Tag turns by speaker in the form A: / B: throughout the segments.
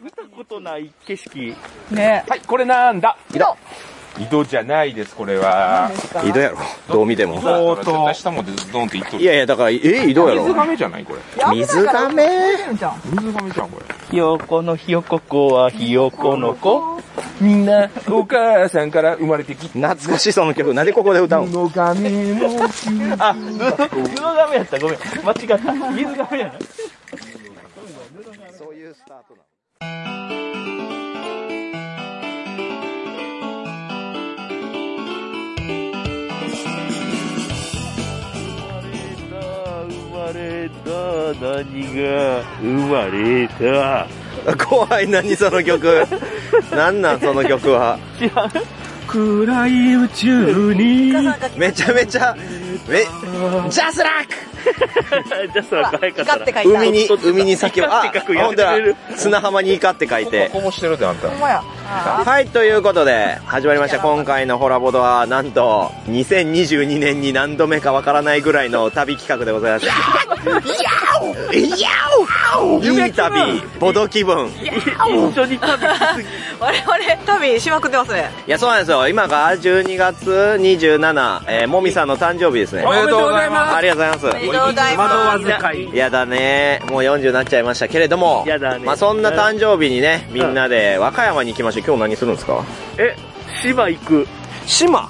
A: 見たことない景色。
B: ね
C: はい、これなんだ
D: 井戸
C: 井戸じゃないです、これは。
D: 井戸やろどう見ても
C: ぼーっと。下までドンっていっと
D: い
C: る。
D: やいやだからえ井戸や
C: 水
D: ろ
C: 亀じゃないこれ。
D: 水がめ
C: 水亀じゃん、これ。
A: ひよこのひよこ子はひよこの子。
C: みんな、お母さんから生まれてきた。
D: 懐かしいその曲なんでここで歌うの
C: の亀も、
A: あ、布、布がめやった。ごめん。間違った。水がめやな。
D: そういうスタートなの
A: 生まれた、生まれた、何が生まれた。
D: 怖い何その曲なんなんその曲は
A: 知らん暗い宇宙に。じゃ
D: めちゃめちゃめジャスラック
A: あさ、早かった
B: 光
A: な
B: って。書いた
D: 海に海に叫ぶ あ
A: って書くやつ
D: 本当だ砂浜にイカって書いて
C: こぼしてるで、あんた。
B: ほんまや
D: はいということで始まりました今回のホラボドはなんと2022年に何度目かわからないぐらいの旅企画でございますやいい旅ボド気分
A: 一緒に旅行きすぎ
B: 我々旅しまくってますね
D: いやそうなんですよ今が12月27、えー、もみさんの誕生日ですね
C: おめでとうございます。
D: ありがとうござ
B: あ
D: い
B: り
D: ま
B: がとうございます
D: すやだねもう40になっちゃいましたけれども
A: やだね
D: まあ、そんな誕生日にねみんなで和歌山に行きましょう今日何するんですか
A: え、島行く。
D: 島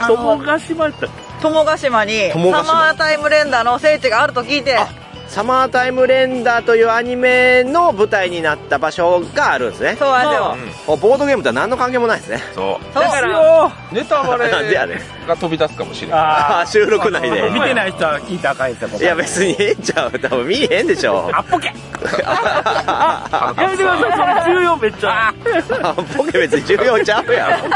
B: あの
A: 友ヶ島やったっけ
B: 友ヶ島にサ
D: 友ヶ島
B: マータイムレンダーの聖地があると聞いて
D: あサマータイムレンダーというアニメの舞台になった場所があるんですね
B: そうなんで
D: おボードゲームとは何の関係もないですね
C: そう。
B: すよだから
E: よ
C: ネタバレ
D: なんでやねん
C: が飛び出すかもしれない。
E: あ
D: あー収録内で
E: ー見てない人は聞いたらあかんやつやこ
D: い
E: こ
D: や別にええんちゃう多分見えへんでしょ
E: あっぽ け
A: やめてください、その重要めっちゃ。
D: ポケ別に重要ちゃうやろ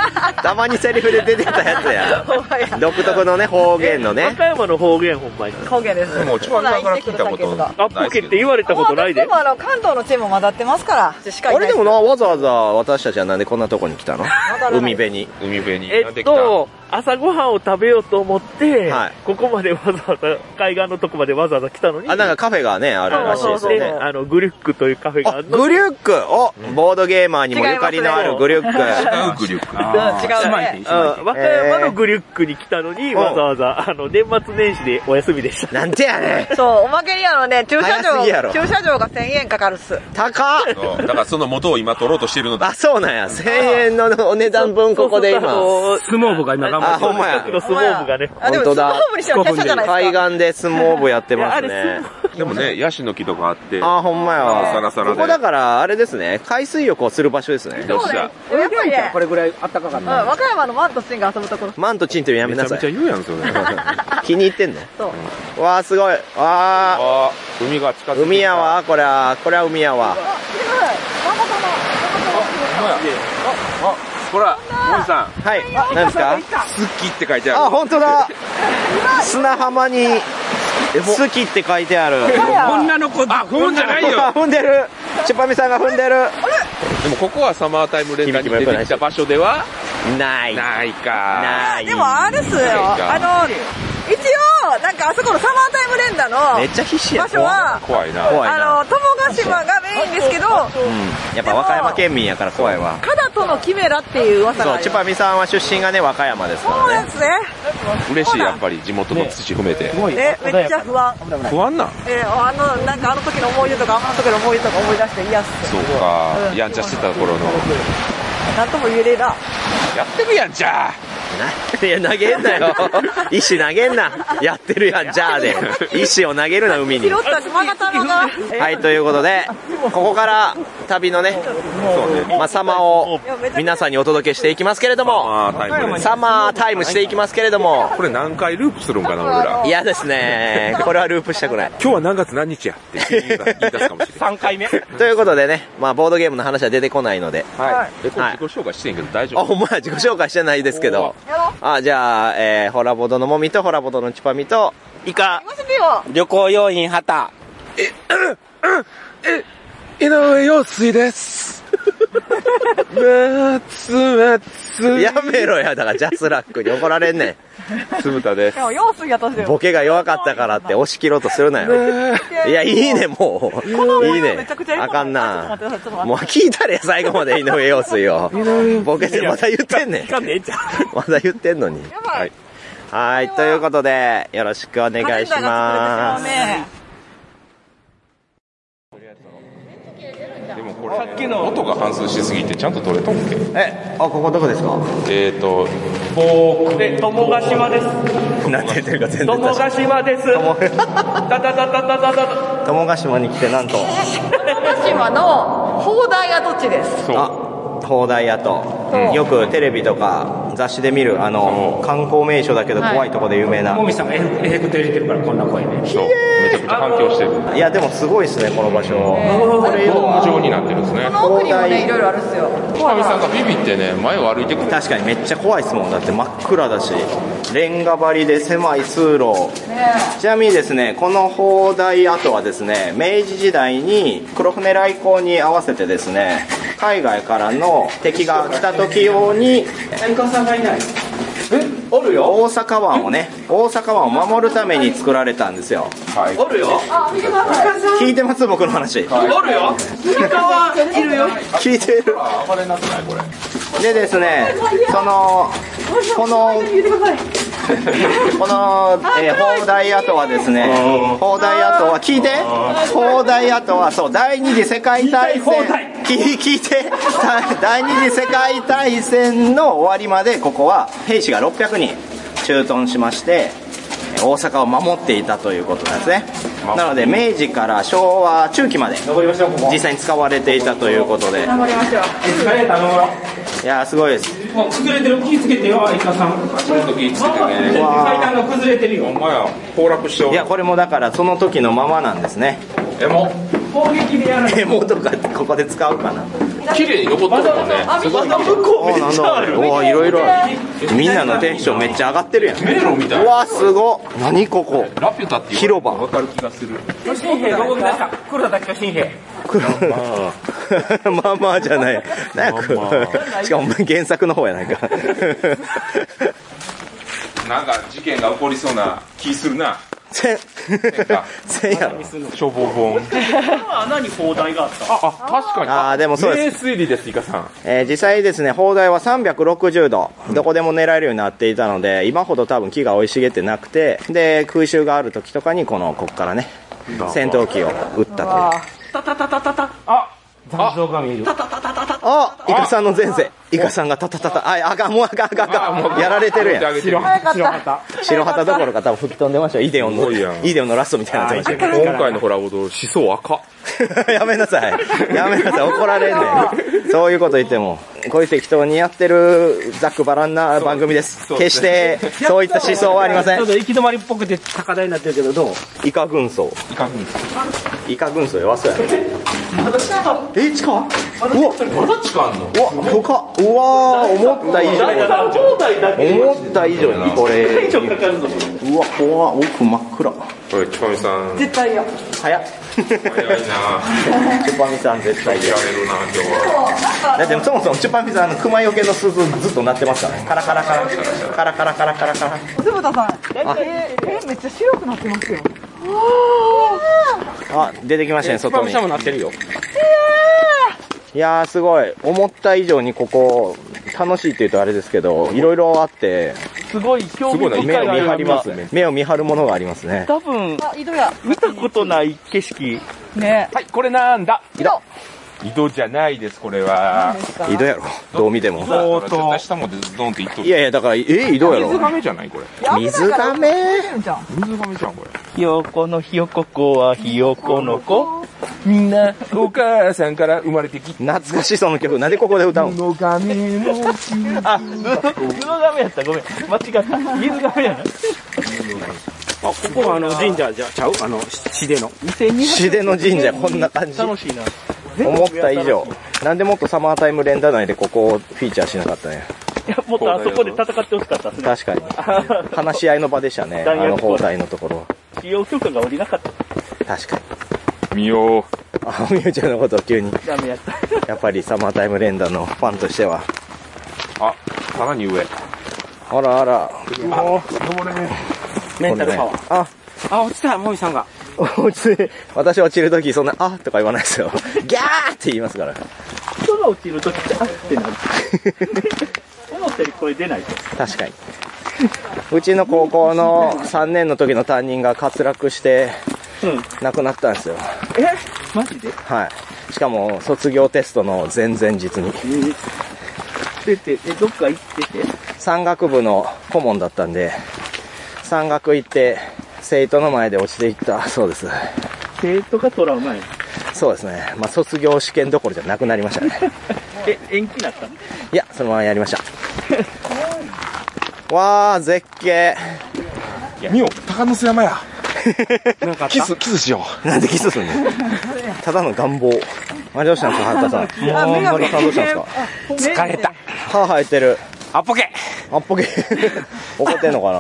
D: たまにセリフで出てたやつや
B: ほんまや
D: 独特のね方言の
A: 和
D: ね
A: 歌山の方言ほんまに。
B: 高原です
C: でも、ちばさんから聞いたこと
B: あ
A: あっぽけって言われたことないで
B: で。もあの関東のチーム混ざってますからしかい
D: あ
B: ない
D: れでもなわざわざ私たちはなんでこんなとこに来たの
B: らない
D: 海辺に
C: 海辺に。
A: え
C: なん
A: っ
C: で来た
A: と、朝ごはんを食べようと思って、
D: はい
A: ここまでわざわざ、海岸のとこまでわざわざ来たのに、
D: あなんかカフェがねあるらしいですよ
A: で
D: ね
A: あの、グリュックというカフェが
D: あ
A: あるの。
D: グリュックおボードゲーマーにもゆかりのあるグリュック
C: 違うグリュック。
B: 違う
E: 違
B: ね
E: うね
A: うん和歌山のグリュックに来たのに、
D: ー
A: わざわざ、あの、年末年始でお休みでした。
D: なんてやねん
B: そうおまけにあのね駐車
D: 早すぎや
B: 場
D: ろ
B: 駐車場が1000円かかるっす
D: 高っ
C: そうだからその元を今取ろうとしてるのだ。
D: あそうなんや1000円のお値段分ここで今
A: そうそう
E: 相撲部が今頑張
D: あ
E: って
D: ほんまや
A: そうの相撲部がね。
B: あでも
D: 本当
B: スマ
D: だ
B: ホ部にしては華奢じゃないです
D: 海
B: か
D: 岸で相撲部やってます
A: いやあれ
D: ね
C: でもね、ヤシの木とかあって、
D: あほんまや
C: サラサラで
D: ここだからあれですね海水浴をする場所ですね
C: どうした
B: やっぱりね
E: これぐらいあったかかっ
B: うん
E: た
B: 和歌山のマントシンが遊ぶところ
D: マントチンというのやめ
C: めち
D: な
C: ゃ
D: さ
C: めちゃ
D: い
C: 言うやん、それ。
D: 気に入ってんの
B: そう
D: わあすごいわあ
C: あー海が近づいてきた
D: 海やわこれはこれは海やわ
B: あすごいママ
C: ほらああほら森さん
D: はい何ですか
C: 「好き」って書いてある
D: あ本当だ 砂浜に「好き」って書いてある
E: 女の子あ
C: 踏んじゃないよ
D: あ 踏んでるチュパミさんが踏んでる
C: でもここはサマータイムレンダーに出てきた場所では
D: ない
C: ないか
D: ない
B: でもあれっすよ
C: ないか
B: あの一応なんかあそこのサマータイムレンダー
D: めっ
B: の
D: ちゃ必死や
B: 場所は
C: 怖いな
D: 怖い
B: あ
D: な
B: の友ヶ島がメインですけど
D: うんやっぱ和歌山県民やから怖いわ
B: 加賀とのキメラっていう噂が
D: そ
B: あ
D: う
B: り
D: チュ
B: ます
D: パミさんは出身がね和歌山ですか
B: そう
D: ら
B: なんで
D: ね
B: すね
C: 嬉しいやっぱり地元の土踏めて
B: えめっちゃ不安
C: 不安なん
B: えあのなんかあの時の思い出とかあの時の思い出とか思い出して嫌っす
C: そうか
B: うん
C: やんちゃしてた頃の
B: なんとも言えねえな
C: やってるやんちゃ
D: ない や投げんなよ石投げんなやってるやんじゃあで石を投げるな海に
B: 拾った熊形のがえ
D: はい、ということで、ここから旅のね、
C: そうね
D: まあ、サマを皆さんにお届けしていきますけれども、
C: あータイムレンダ
D: サマータイムしていきますけれども
C: ー、これ何回ループするんかな俺ら
D: いやですね、これはループしたくない。
C: 今日は何月何日やって急に言い出言い出すかもしれない
A: 3回目
D: ということでね、まあ、ボードゲームの話は出てこないので、
C: はいえこれ自己紹介してんけど大丈
D: あ、
C: 夫
D: ほんまや自己紹介してないですけど、
B: やろう
D: あ、じゃあ、えー、ホラボドのもみと、ホラボドのチュパミと、
A: イカ、
B: もしピオ
F: 旅行用品旗
C: 井上陽水です
G: めつめつ。
D: やめろや、だからジャスラックに怒られんね
G: つぶたです。
B: でも、用水やったんで
D: ん。ボケが弱かったからって押し切ろうとするなよ。いや、いいね、もう。いいね
B: めちゃくちゃ。いい
D: あかん
B: ちょっ
D: な
B: と待ってちょっと待って
D: もう聞いたれ、最後まで井上陽水を。ボケて、まだ言ってんねん。
H: かんでええんちゃう
D: まだ言ってんのに。
B: やばい
D: はい。はい、ということで、よろしくお願いしま
B: カレンダーが作れてしまう
D: す。
B: ね
C: でもこれ、音が半数しすぎてちゃんと取れとんけ
D: え、あ、ここどこですか
C: えっ、ー、と
A: で、友ヶ島です。
D: なんて言ってるか全然確
A: 友
D: か
A: ヶ島です。たたたたたたた。
D: に友ヶ島に来て、なんと、
I: 福島の砲台跡地です
D: あ、東大屋と、
I: そう
D: よくテレビとか雑誌で見る、あの、観光名所だけど怖いとこで有名な。
H: もみさんがエヘクト入れてるからこんな声ね
C: そうめちゃくちゃ反響してる
D: いや、でもすごいですね、この場所。これ要
C: 無
D: は、
C: 情になってるんですね
I: この奥にも
D: 砲台
I: ねいろいろあるんですよ
C: かみさんがビビってね前を歩いてくる
D: 確かにめっちゃ怖いですもん。だって真っ暗だし、レンガ張りで狭い通路。
I: ね
D: ちなみにですね、この砲台跡はですね、明治時代に黒船来航に合わせてですね、海外からの敵が来た時用に、おるよ大阪湾をね、大阪湾を守るために作られたんですよ。
I: あ見てください
D: 聞いてます僕の話。聞いてる。でですね、その、この、この、えー、砲台跡はですね、砲台跡は、聞いて砲台跡は、そう、第二次世界大戦、聞い聞いて、 第二次世界大戦の終わりまで、ここは兵士が600人駐屯しまして、えー大阪を守っていたということなんですね。なので、明治から昭和中期まで、実際に使われていたということで、
I: 頑張りましょう
D: いやーすごいです。
H: もう崩れてる気つけてよイカさん
C: ちょっと気ぃつけてね
D: わー
H: 階段が崩れてるよ
C: ほんまや崩落しよ
D: いやこれもだからその時のままなんですね
C: えも
H: 攻撃でやらない
D: 手元がここで使うかな
C: 綺麗に残っとるもんね
I: あ見て
D: おおなんだおおいろいろある みんなのテンションめっちゃ上がってるやん
C: 迷路みたいう
D: わすごっ何ここ
C: ラピュタっていう
D: 広場
C: わかる気がする
H: 新兵どこ来ました黒田滝と新兵
D: 黒まあ まあじゃないなんかしかもお前原作の方やない か
C: なんか事件が起こりそうな気するな
D: せん
C: か
D: せんやろ
C: 消防本
A: 穴に砲台があった。
C: ああ確かに
D: ああでもそうです
C: 名推理ですイカさん
D: えー実際ですね、砲台は360度、どこでも狙えるようになっていたので、今ほど多分木が生い茂ってなくて、で、空襲がある時とかに、この、こっからね、戦闘機を撃ったという。
B: たたたたたた。
H: 残像が見える
D: あイカさんの前世。イカさんがタタタタ、あ、あかん、もうあかん、あかん、あかん。やられてるやん。
C: 白
I: 早かった
D: 白旗どころか多分吹き飛んでましたよ。イデオン
C: す
D: の
C: ごいや、ん
D: イデオンのラストみたいになってましたよ
C: 今回のホラボード思想赤
D: やめなさい。やめなさい。怒られんねん。そういうこと言っても。こういう適当にやってるざっくばらんな番組です。
C: そう
D: 決して、そういった思想はありません
H: ちょっ。と行き止まりっぽくて高台になってるけどどう
D: イカ軍曹。
C: イカ軍曹
D: イカ軍曹弱そうやね。え、近っ
C: まだ近あんの
D: うわ、深っうわー、思った以上だ。
A: 状態だ
D: 思った以上にこれ。
A: 以上かかるぞ。
D: うわ、怖っ奥真っ暗。
C: これ近見さん
I: 絶対よ
D: 早っ。
C: 早いな
D: チュパミさん絶対
C: やれるな今日は
D: だってそもそもチュパミさんあの熊よけの鈴ずっと鳴ってますからねカラカラカラカラカラカラカラカラ
B: 鈴田さん、えー、めっちゃ白くなってますよ。
D: あ出てきましたね外に
H: もなってるよ
D: いやーすごい思った以上にここ楽しいって言うとあれですけどいろいろあって
A: すごい興
C: すごいな
D: 目を見張りますね目を見張るものがありますね
A: 多分、
I: あ井戸や
A: 見たことない景色。
I: ね
C: はいこれなんだ
I: 井戸
C: 井戸じゃないですこれは
D: 井戸やろどう見ても
C: 相当下までドンっていっと
D: い
C: る
D: やいやだからえ井戸や
C: 水
D: ろ
C: がめじゃないこれ
D: 水がめ
I: じゃん
C: 水がめじゃんこれ
A: ひよこのひよこ子はひよこの子。
C: みんなお母さんから生まれてき
D: 懐かしいその曲なんでここで歌うの
C: の髪も
A: あ、水の亀やった。ごめん。間違った。水亀やな。
H: あここはあの神社じゃちゃうあのしでの
D: 自然の神社こんな感じ
A: 楽しいな。
D: 思った以上なんでもっとサマータイム連打内でここをフィーチャーしなかったね
A: いや、もっとあそこで戦ってほしかったですね。
D: 確かに話し合いの場でしたねあの包帯のところは
A: 使用許可が下りなかった。
D: 確かに
C: 見よ
D: あ、みゆちゃんのことを急に。
A: ダメやった。
D: やっぱりサマータイム連打のファンとしては。
C: う。あ、さらに上。
D: あらあら。
H: メンタルパワー。
D: あ、
H: あ、落ちた、もみさんが。
D: 落ち着い私落ちるときそんな、あとか言わないですよ。ギャーって言いますから。
A: 人が落ちるときって、あってなる。思ったより声出ない。
D: 確かに。うちの高校の3年の時の担任が滑落して
A: うん。
D: 亡くなったんですよ。
A: えマジで
D: はい。しかも卒業テストの前々日に。
A: 出て、え、どっか行ってて。
D: 山岳部の顧問だったんで、山岳行って生徒の前で落ちていったそうです。
A: 生徒がトラウマや。
D: そうですね。まあ卒業試験どころじゃなくなりましたね。
A: え、延期になったの
D: いや、そのままや りました。わー、絶景。
C: 見よう、高野山 や。キス、キスしよ
D: なんでキスすんの ただの願望。あれどうしたんですか、はるかさん。
A: あ、目が
D: はるかさんどうしたんですか
H: 疲れた。
D: 歯生えてる。
H: あっぽけ。
D: あっぽ け。怒ってんのかな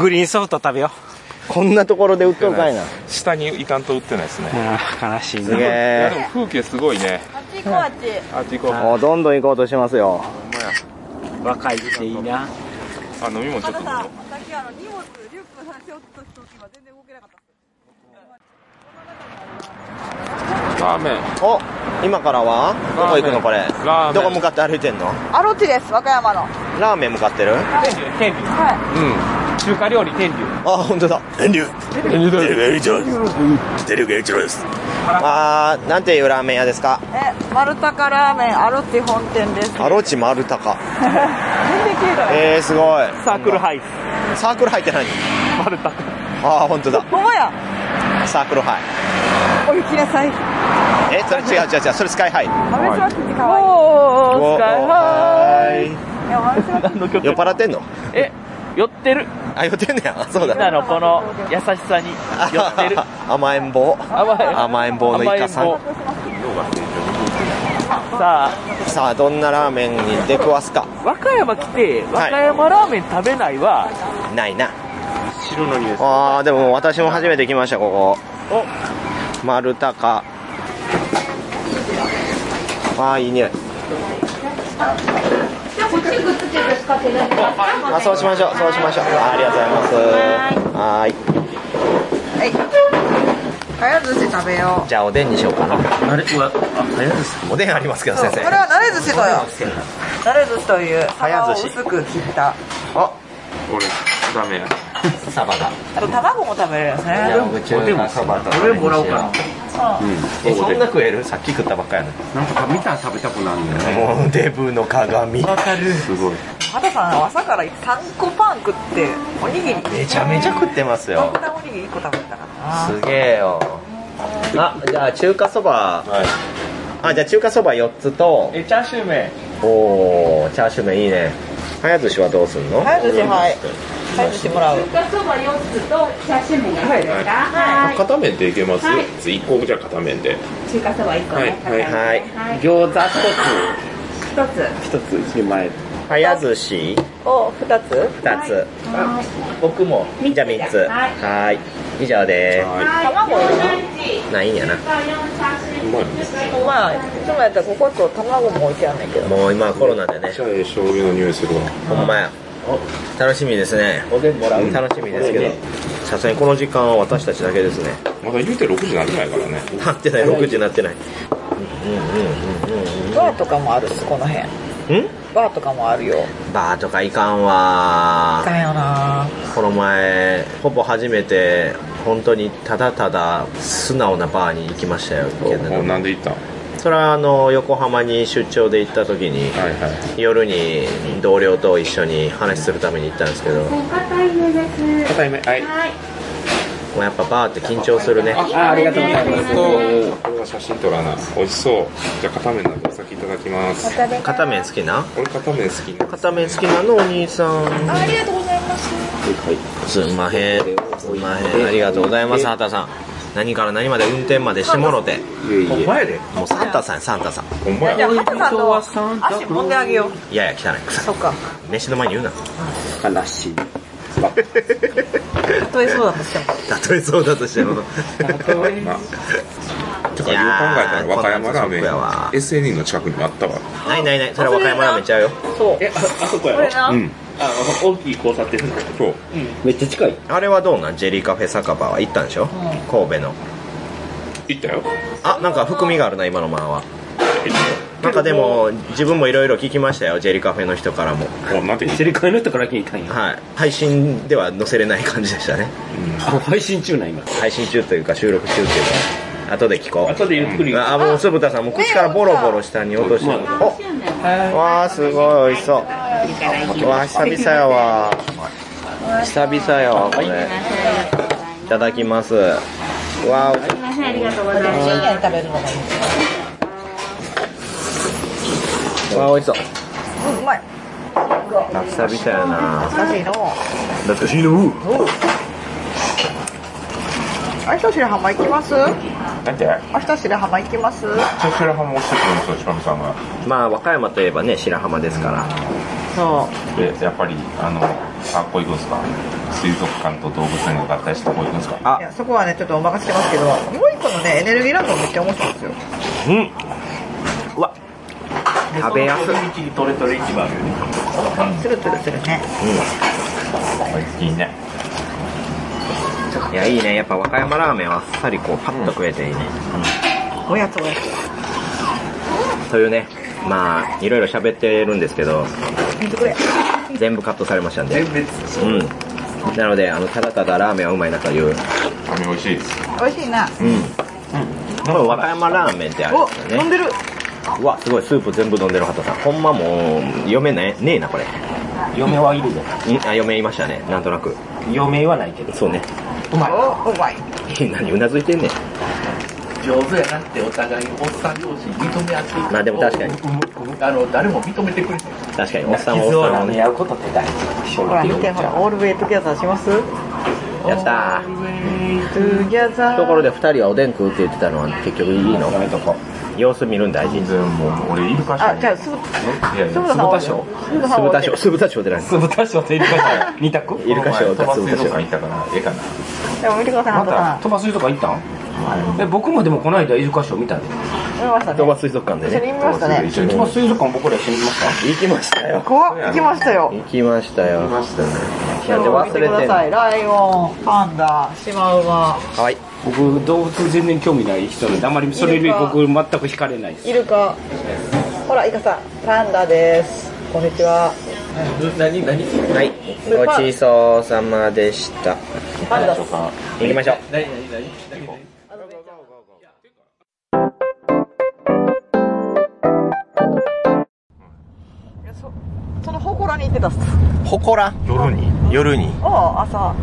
H: グリーンソフト食べよ
D: こんなところで売っとるかいな。
C: う。下に行かんと打ってないです
H: う。
C: ね。
H: ああ、悲しい
D: す
H: ね。
D: げ
C: いや、でも
D: え。
C: 風景すごいね。
I: あっち行こう、あっち。
C: あっち行こう。
D: もうどんどん行こうとしてますよ。
A: 若いっていいな。
C: あ、飲み物ちょっと
I: さっきあの、荷物、
C: 飲もう。
I: リュックさせようとした時は全然動けなかった。
C: ラーメン。
D: お今からはどこ行くのこれ
C: ラーメン
D: どこ向かって歩いてんの
B: アロッチです、和歌山の。
D: ラーメン向かってる
H: 天竜。うん。中華料理天竜。
D: あ、本当だ。遠流。遠流が一郎です。遠流が一郎です。あー、なんていうラーメン屋ですか
B: え、マルタカラーメンアロッチ本店です。
D: アロチ丸高。
B: 全然消えたね。
D: えー、すごい。
A: サークルハイス。
D: サークル入って何
A: マルタ。
D: あー、本当だ。
B: ほんまや。
D: サークルハイ。
B: お行きなさい。食
D: え、それ違う違う違う。それスカイハイ。
B: べちゃってかわいい。
A: おー、スカイハ
D: イ
B: いや、私は
A: イ。何の曲
D: 酔っ払ってんの
A: え、寄ってる。
D: あ、酔ってんね や。そうだ。
A: みんなのこの優しさに寄ってる。
D: 甘えん坊。
A: 甘え
D: 甘えん坊のイカさ
A: 甘
D: ん
A: え。坊さ
D: さあ、どんなラーメンに出くわすか。
A: あ、和歌山来て、和
D: はい
A: 歌山ラーメン食べないは、
D: ないな。
H: 知るのにです。
D: あー、でも私も初めて来ました、ここ。お丸高。あー、いい匂い。あ、そうしましょう、そうしましょう。あーありがとうございます。はーい。
B: はい。かや寿司食べよ
D: じゃあ、おでんにしようかな。
H: あれ、うわ、あ、早いです。
D: おでんありますけど、
B: う。
D: 先
B: これ
D: 生。
B: はなれ寿司だよ。なれ寿司という、サ
D: や
B: バを
D: 寿司
B: 薄く切った。
D: あ、
C: 俺、ダメや。
D: サバだ。
B: あと卵も食べれるんですね。
D: ゃあ、僕、中華サバと
H: これもらおうかな。
D: えそんな食えるさっき食ったばっかやの
H: なんか見たら食べたくなるんだよね。
D: もうデブの鏡め
C: すごい。
B: 畑さん朝から3個パン食っておにぎり
D: ちゃめちゃ食ってますよ
B: 特段おにぎり1個食べたから
D: すげえよあじゃあ中華そば、あじゃあ中華そば4つと
H: え、チャーシュー麺。
D: おおチャーシュー麺いいね早寿司はどうすんの
B: な早寿司はい早寿司もらう
J: 中華そば4つとチャーシュー麺が入るですかはい
C: 片面でいけます
J: はい
C: 一個じゃあ片面で。
J: 中華そば1個ね
C: はい
D: はい
J: はい
H: 餃子
J: 1つ
H: 一つ、一人前。
D: 早寿司
B: お2つ
D: 2つ、
J: はい
D: 僕もじゃあ3つ
J: はい
D: はい以上で
J: 卵入れ
D: すないんやな
C: うまい。
B: まあいつもやったらここと卵も置いてあんねんけど
D: もう今コロナでね
C: じゃあ、ええ醤油の匂いするわ。
D: ほんまや楽しみですね
H: おでんもらう。
D: 楽しみですけどさすがにこの時間は私たちだけですね
C: まだ言うて6時なんてないからね。
D: なってない6時になってない
B: バーとかもあるしこの辺
D: ん
B: バーとかもあるよ
D: バーとかいかん
B: だ
D: わ
B: よな
D: この前ほぼ初めて本当にただただ素直なバーに行きましたよけ
C: もう
D: ど
C: なんで行ったん
D: それはあの横浜に出張で行った時に
C: はいはい。
D: 夜に同僚と一緒に話するために行ったんですけども
J: お硬いめです
C: 片面、はい。
J: はい
D: やっぱバーって緊張するね
J: あありがとうございま
C: と、これは写真撮らな。美味しそう。じゃあ片面なんでお先いただきます。
D: 片面好きな
C: 俺片面好きな。
D: 片面好きなのお兄さんありがとうございますすんまへんすんまへんありがとうございます畑さん何から何まで運転までしてもろて
H: お前で。
D: もうサンタさんやサンタさん
C: ほんま
B: じゃ
C: や。
B: あ畑さんの足揉んであげよう
D: いやいや汚い
B: そっか
D: 飯の前に言うな
H: 悲しい。
B: 例えそうだとしても。
D: 例えそうだとしても。
C: まあ、てかよう考えたら和歌山ラーメ
D: いやーこんなやつショックやわ
C: ン SNE の近くにもあったわ
D: ないないない、それは和歌山ラーメンちゃうよ。
A: え、ああそこや
I: こ
A: ろ
I: れな。
C: うん
A: あの、大きい交差点。
C: そう
H: めっちゃ近い。
D: あれはどうなんジェリーカフェ酒場は行ったんでしょ神戸の。
C: 行ったよ
D: あ、なんか含みがあるな、今の間は。
C: 行っ
D: なんかでも、自分もいろいろ聞きましたよ、ジェリーカフェの人からも。
C: たよおなんて言っ
H: セ
C: て
H: リカの人から聞いたんや。
D: はい。配信では載せれない感じでしたね。
H: あ配信中なん今。
D: 配信中というか、収録中というか、後で聞こう。
A: 後でゆっくり。
D: あ、もう、酢豚さん、もう口からボロボロ下に落としてる。おわー、すごい、美味しそう。わー、久々やわ。久々やわ、これ。いただきます。わー、
J: ありがとうございます。
B: 深夜に食べるのがいい。
D: わー、美味しそう。
B: うん、うまい。
D: あ久々やな
B: 懐かしいの。
D: 懐かしいの
B: あ、一汁浜行きますあ、
C: なんて
B: 一汁浜行きます
C: ちょ白浜もしてくるんですよ、しばみさんが。
D: まあ、和歌山といえばね、白浜ですから。
B: そ
C: で、やっぱり、あの、あ、こう行くんですか水族館と動物園が合体してこう行くんですか
B: う。いや、そこはね、ちょっとお任せしてますけど、もう一個のね、エネルギーランドもめっちゃ面白いんですよ。
D: うん。うわ、食べやすい。
A: 道にトレトレ市場あるよね。
B: ツルツルするね。
C: いいね。
D: いや、いいね。やっぱ和歌山ラーメンはあっさりこう、パッと食えていいね。
B: おやつおやつ。
D: というね、まあ、いろいろ喋ってるんですけど、
B: 水くれ。
D: 全部カットされましたんで。うん。なので、あの、ただただラーメンはうまいなという。
C: あ、美味しいです。
B: 美味しいな。
D: うん。これ和歌山ラーメンってあれで
B: お、
D: すよ
B: 飲んで
D: ね。
B: る。
D: うわ、すごい、スープ全部飲んでる、畑さん。ほんまもう、読めない、ねえな、これ。
H: 嫁はいるぞ。
D: んあ、嫁いましたね。なんとなく。
H: 嫁はないけど。
D: そうね。
H: うまい。
B: お、うまい。
D: 何うなずいてんねん。
A: 上手やなってお互いおっさん同士認め合っていくと
D: まあでも確かに
A: あの誰も認めてくれない
D: 確かに、おっさんはおっさんはね。
H: 合うことって大事。
B: ほら、見て、ほら、オールウェイトギャザーします
D: やった
B: トゥギャザ
D: ー。
B: ー。
D: ところで、二人はおでん食うって言ってたのは、結局いいの様子見るん大事。
C: 然もう、俺、イルカ
B: あ、じゃあ、
C: す
B: すぶ、
C: いやい
B: すぶた
C: や、
B: さんは。
H: 酢豚賞
B: すぶたさ
D: 酢
B: んは。
D: 豚賞、酢豚賞じゃない
H: 酢豚賞とイルカ賞二択
D: イルカ賞か
C: 鳥羽水
D: 酢豚
C: 族
D: 賞
C: 館行。ったから、ええかな。
B: でも見てください、ハ
H: ま
B: ントさ
H: た
B: ん。
H: 飛ばすとか行ったんえ僕もでもこの間イルカショー見たで
B: 見ました
D: 鳥羽
B: ね。
D: 水族館
B: 一緒に
D: でね。
B: 見ましたね。
C: 一緒に
H: 鳥
C: 行
H: 羽水族館僕ら一緒に見まし
D: 行きましたよ。
B: 怖っ、行きましたよ。
D: 行きました
C: きま
D: よ。
C: したね。
D: いや、でも
B: 見
D: 忘
B: て
D: れ
B: くだ
D: てん
B: さ
D: の。
B: い。ライオン、パンダ、シマウマ、
D: かわいい。
H: た僕動物全然興味ない人なんであまりそれより僕全く惹かれないです
B: イルカ。ほら、イカさん、パンダです。こんにちは。
A: 何何
D: はい。ごちそうさまでした。
B: パンダ。
D: 行きましょう。
A: 何何何
B: そその祠に行ってたっす。
D: ほこら夜に夜に。
B: お朝。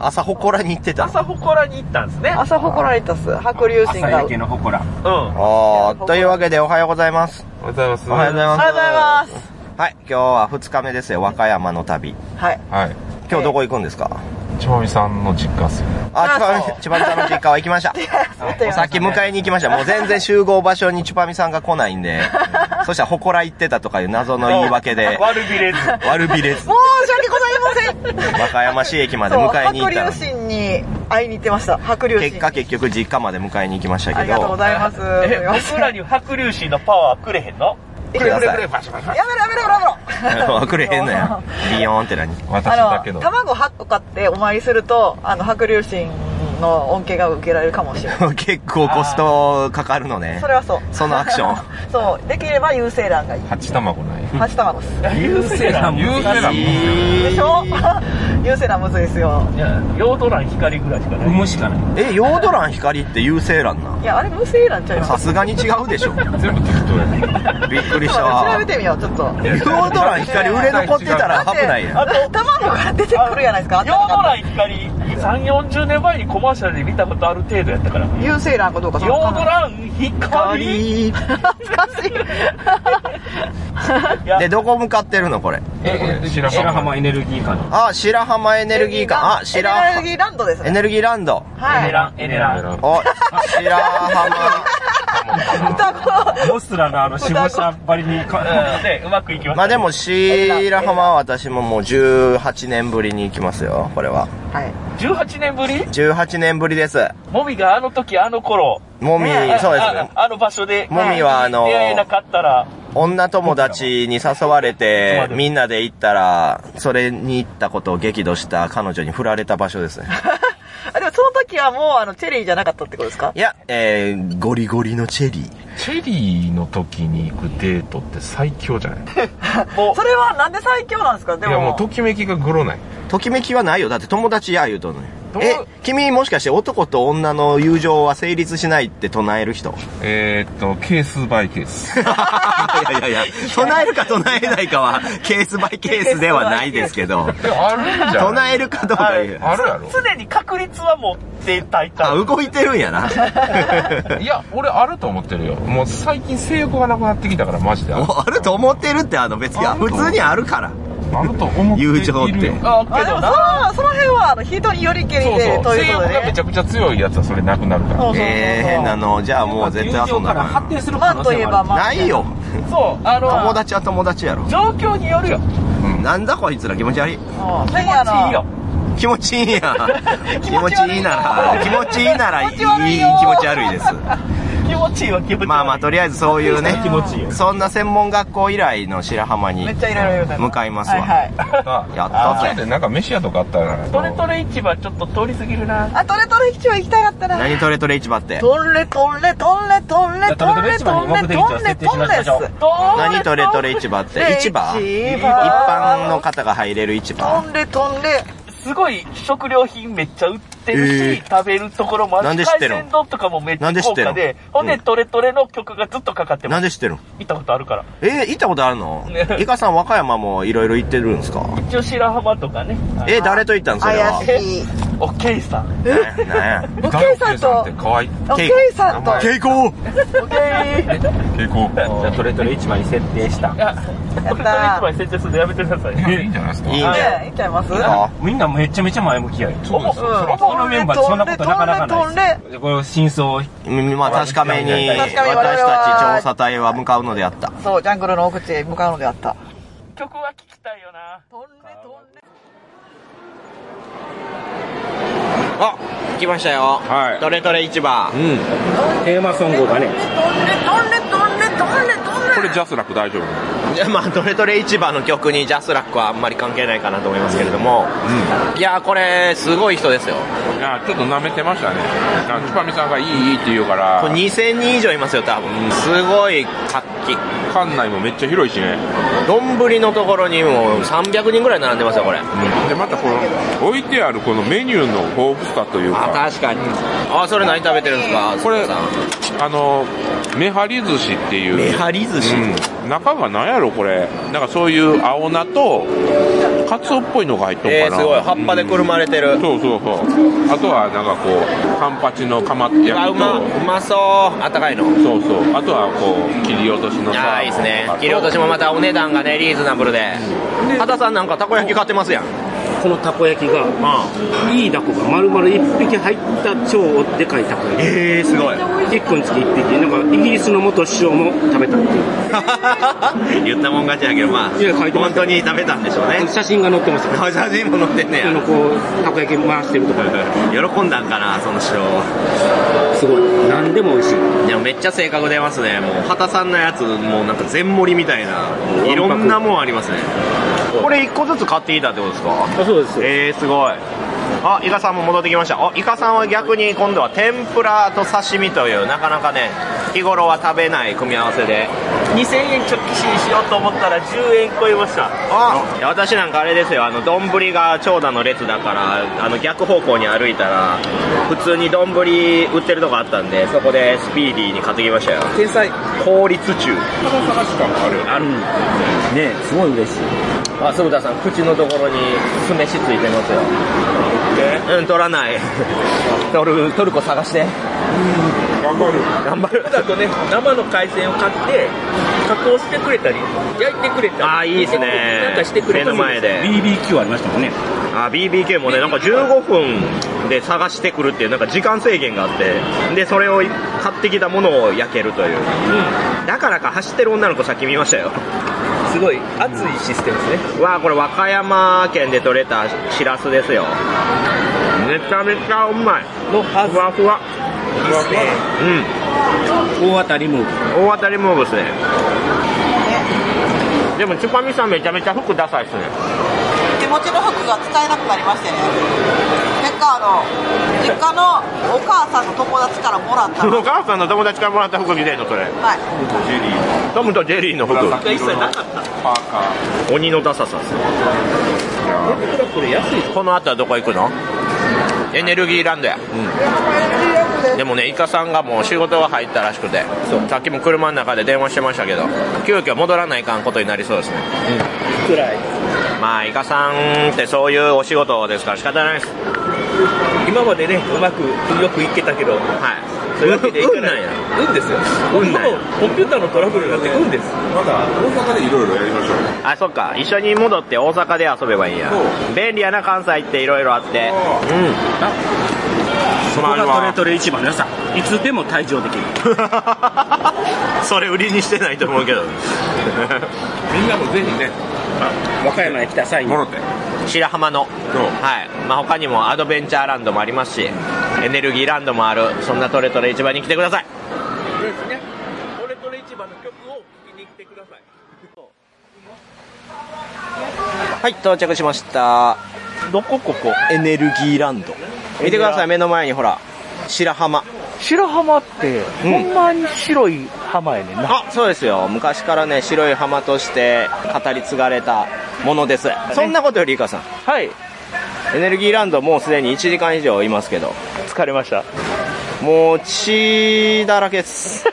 D: 朝ほこらに行ってた。
A: 朝祠に行ったんですね
B: 朝祠に行ったっす。白龍神が。
H: 朝
B: おはよ
H: 焼
B: う
H: けの祠
A: うん
D: あー、というわけでおはようございます。
C: おはようございます。
D: おはようございます。
B: ございます。
D: はい、今日は2日目ですよ、和歌山の旅。
B: はい。
C: はい。
D: 今日どこ行くんですか
C: ちばみさんの実家っすよね。
D: あ、
B: あ
D: ち
B: そ
D: ば
B: う
D: み、ちばみさんの実家は行き ました。さっき迎えに行きました。もう全然集合場所にちばみさんが来ない んで、そしたら祠行ってたとかいう謎の言い訳で、
A: 悪びれず
D: 悪 びれず、
B: 申し訳ございません。
D: 和歌山市駅まで
B: そう
D: 迎えに行ったのに
B: 白龍神に会いに行ってました白龍神
D: 結果結局実家まで迎えに行きました
B: あ
D: け
B: りがとうご
D: ど、
B: ざいます
A: え
B: やめろ
A: 僕らに白龍神のパワーくれへんの
D: ください。
B: やめろやめろ
D: くれへんのや。ビヨーンって何
C: 私だ
B: あ
C: け
B: の
C: の。
B: 卵8個買ってお参りするとあの白龍神の恩恵が受けられるかもしれない
D: 結構コストかかるのね
B: そ。れはそう
D: そのアクション
B: そうできれば優勢卵がいい
C: 八卵ない。
B: 8卵です
A: 優勢なん優勢なん
B: でしょ優勢卵むずいですよ
A: ヨードラン光ぐらいしかない
H: 産むしかない
D: え、ヨードラン光って優勢欄ない
B: やあれ無性卵ちゃいま
D: さ
B: す
D: すがに違うでしょ。
C: 全部適当やね。
D: びっくり
B: ちょっ
D: し
B: たと待って
D: わ。
B: 調べてみようちょっと
D: ヨードラン光売れ残ってた ら危ないやん。
B: だって卵から出てくるやないですか
A: ヨードラン光3 4 0年前にコマーシャルで見たことある程度やったからヨ
B: 優勢卵かどうか
A: ードラン光
B: 懐かしい。
D: で、どこ向かってるのこれ。
H: ええ白浜エネルギー館
D: あ、白浜エネルギー館。あ、白
B: エネル
D: 浜
B: ギーランドです
D: エ
B: ね。
D: ネルギーランド。
B: はい。
A: ンエネラ
C: ン
D: お、白浜。
B: 双子
H: モスラのあの、下下ばりに、か
A: で、うまくいきまし
D: まあでも、白浜は私ももう18年ぶりに行きますよ、これは。
B: はい
A: た。18年ぶり
D: 18年ぶりです。
A: もみがあの時、あの頃。
D: もみ、そうです
A: あ
D: ね。
A: あの場所で。
D: もみはあの
A: 出会えなかったら、
D: 女友達に誘われて、みんなで行ったら、それに行ったことを激怒した彼女に振られた場所 ですね。
B: あでもその時はもうあのチェリーじゃなかったってことですか
D: いや、えー、ゴリゴリのチェリー。
C: チェリーの時に行くデートって最強じゃない
B: それはなんで最強なんですかで
C: いやもう
B: も
C: ときめきがグロない
D: ときめきはないよ。だって友達や言うとんのに
C: どう
D: え、君もしかして男と女の友情は成立しないって唱える人
C: えー、っとケースバイケー ス
D: いやいやいや、唱えるか唱えないかはケースバイケースではないですけど、
C: でもあるんじゃん
D: 唱えるかどうか言う。
C: あるやろ
A: 常に確率は持ってたいた。
D: あ、動いてるんやな。
C: いや俺あると思ってるよもう最近性欲がなくなってきたからマジである
D: もうあると思ってるってあの別に、
C: あると
D: 普通にあるから。
C: あると思っているよ
D: 友情って
A: あ、
B: あ
A: け
B: でも
A: ど
B: そ
A: な。
B: のその辺はあの人によりけり
C: そう
B: で
C: そ
B: と
C: う
B: いう
C: 性
B: こ
C: 欲
B: とで
C: がめ
B: ね
C: ちゃくちゃ強いやつはそれなくなるから
B: そうそうそう
D: えー、変なの。じゃあもう絶対遊んだ
H: から
D: ら
H: 発展する
B: マンといえばマン
D: ないよ。
A: そう、あ
D: 友
A: の、
D: 達は友達やろ。
A: 状況によるよ。
D: なんだこいつら気持ち悪い。
B: うんぜひ
A: 気持
B: あ
A: ちいいよ
B: の。
D: 気持ちいいやん気持ちいいなら気持ちいいならいい
B: 気
D: 気
B: 持ち悪いよ
D: 持ち悪いです
A: 気持ちいいわ、気持ちいい。
D: まあまあとりあえずそういうね
H: 気持ちいいよ
D: そんな専門学校以来の白浜に
B: めっちゃいろいろ言うた
D: 向かいますわ
B: はいはい
C: あ
D: やったぜ
C: なんか飯屋とかあったら
A: トレトレ市場ちょっと通り過ぎるな。
B: あトレトレ基地は行きたかったな
D: 何トレトレ市場って
B: トレトレトレトレトレ
H: じゃ
B: ト
H: あトレトレ市場に
B: レ
H: 目的地
B: ト
H: を
B: レ
H: 設定しまし
B: ト
H: ょう
B: レ
D: 何トレトレ市場って
B: で
D: 市場
B: 市場
D: 一般の方が入れる市
B: ト
D: 場
B: ンレトンレ
A: すごい食料品めっちゃ売ってるし、
D: えー
A: 食べるところもあるし
D: なんで知ってるの
A: 海鮮丼とかもめっちゃ豪華
D: なんで知って
A: で
D: るの
A: ほんで、
D: うん
A: トレトレの曲がずっとかかってま
D: なん
A: す
D: で知ってるの
A: 行ったことあるから
D: えー、行ったことあるの
A: ね
D: イカさん和歌山もいろいろ行ってるんですか
A: 一応白浜とかね
D: えー、誰と行ったんそれは
B: 怪しい
A: おけいさん
D: なんや
B: おけいさんと
C: かわいい
B: おけいさんと
D: 稽古
B: おけい
C: 結構
H: じゃあトレトレ市場に設定した。
A: トレトレ市場に設定するのやめてください
C: いいんじゃないですか
D: いいね
B: ね行っちゃいます
D: あ
H: みんなめちゃめちゃ前向きやよ。
C: そうですよそら
H: このメンバーそんなことなかなか
B: トンレトンレトン
H: な
B: レ
H: いです。これを真相を
D: うんまあ確かめに私
B: 確かめ
D: たち
B: 我々は
D: 調査隊は向かうのであった
B: そうジャングルの奥地へ向かうのであった
A: 曲は聴きたいよな
B: トンレトンレ
D: あ来ましたよ
H: はい
D: トレトレ市場
C: うん
H: テーマソングがね、
C: これジャスラック大丈夫
D: い やまあトレトレ市場の曲にジャスラックはあんまり関係ないかなと思いますけれどもいやこれすごい人ですよ
C: いやちょっと舐めてましたねなんかチュパミさんがいいいいって言うから
D: これ2000人以上いますよ多分すごい活気
C: 館内もめっちゃ広いしね、
D: 丼のところにもう300人ぐらい並んでますよこれ
C: でまたこの置いてあるこのメニューの豊富さという
D: あ
C: か
D: 確かにあそれ何食べてるんですか
C: これ
D: 鈴木さん
C: あのめはり寿司っていう
D: めはり寿司
C: うん、中が何やろこれなんかそういう青菜とカツオっぽいのが入っとんかな
D: えー、すごい葉っぱでくるまれてる、
C: そうそうそうあとはなんかこうカンパチの釜焼き
D: あうま
C: と
D: うまそうあったかいの
C: そうそうあとはこう切り落としの
D: ああいいですね切り落とし
C: も
D: もまたお値段がねリーズナブルで畑さんなんかたこ焼き買ってますやん
H: このたこ焼きが、いいだこが丸々一匹入った超でかいたこ焼
D: ええすごい
H: き。一個につき一匹。なんかイギリスの元首相も食べたっていう。
D: 言ったもん勝ちやけどまあ
H: いや書いてます
D: 本当に食べたんでしょうね
H: 写真が載ってま した。
D: 写真も載ってんね
H: あの
D: や
H: こうたこ焼き回してるとこ
D: 喜んだんかなその人
H: すごい何でも美味しい
D: でもめっちゃ性格出ますねもう畑さんのやつもうなんか全盛りみたいないろんなもんありますねこれ一個ずつ買っていいたってことですか
H: あそうです
D: えー、すごいあイカさんも戻ってきましたあイカさんは逆に今度は天ぷらと刺身というなかなかね日頃は食べない組み合わせで
A: 2000円直帰しにしようと思ったら10円超えました
D: あ私なんかあれですよあの丼が長蛇の列だからあの逆方向に歩いたら普通に丼売ってるとこあったんでそこでスピーディーに買ってきましたよ
H: 天才ね
D: 法律中ある
H: すごい嬉しい
D: あ鈴田さん口のところに酢飯ついてますようん取らない 取るトルコ探して頑張る頑張
A: だとね生の海鮮を買って加工してくれたり焼いてくれたり
D: あーいいっすね
A: なんかしてくれたり
D: 目の前で
H: BBQ ありましたもんね
D: あ BBK もねなんか15分で探してくるっていうなんか時間制限があってでそれを買ってきたものを焼けるという、だからか走ってる女の子さっき見ましたよ
G: すごい熱いシステムですね
D: わあこれ和歌山県で採れたしらすですよめちゃめちゃうまい
G: のはず
D: ふわふわ
G: ですね
D: うん
H: 大当たりムーブ
D: 大当たりムーブですねでもチュパミさんめちゃめちゃ服ダサいっすね
K: 手持ちの服が使えなくなりましてね結果あの実家のお母さんの友達からもらった
D: お
K: の
D: 母さんの友達からもらった服着てんのそれ
K: はい
C: ジェリー
D: トムとジェリーの服
C: 紫色のパーカ
D: 鬼のダサさっす
C: ーいやー
G: これ安い
D: この後はどこ行くのエネルギーランドや、でもねイカさんがもう仕事が入ったらしくてさっきも車の中で電話してましたけど急遽戻らないかんことになりそうですね
G: くらい
D: まあイカさんってそういうお仕事ですから仕方ないですは
G: 今までねうまくよくいけたけど
D: い
G: そういうわけでいかない
D: うんうん
G: 運ですよ
D: 運なんや
G: ほぼコンピューターのトラブルなんて運です
C: まだ大阪でいろいろやりましょうよ
D: あそっか一緒に戻って大阪で遊べばいいんや
C: そう
D: 便利やな関西っていろいろあって
C: そう
D: うん
H: そこがトレトレ市場の良さいつでも退場できる
D: それ売りにしてないと思うけど
C: みんなもぜひね
H: 和歌山へ来た際に
C: もろて
D: 白浜の、はいまあ、他にもアドベンチャーランドもありますしエネルギーランドもあるそんなトレトレ市場に来てください
G: ですねトレトレ市場の曲を聴きに来てください
D: はい到着しました
G: どこここ
D: エネルギーランド見てください目の前にほら白浜
A: 白浜って、
D: うん
A: ほんまに白い浜やねんな。
D: あそうですよ昔からね白い浜として語り継がれたものですそんなことよりいかさん
A: はい。
D: エネルギーランドもうすでに1時間以上いますけど
A: 疲れました。
D: もう血だらけです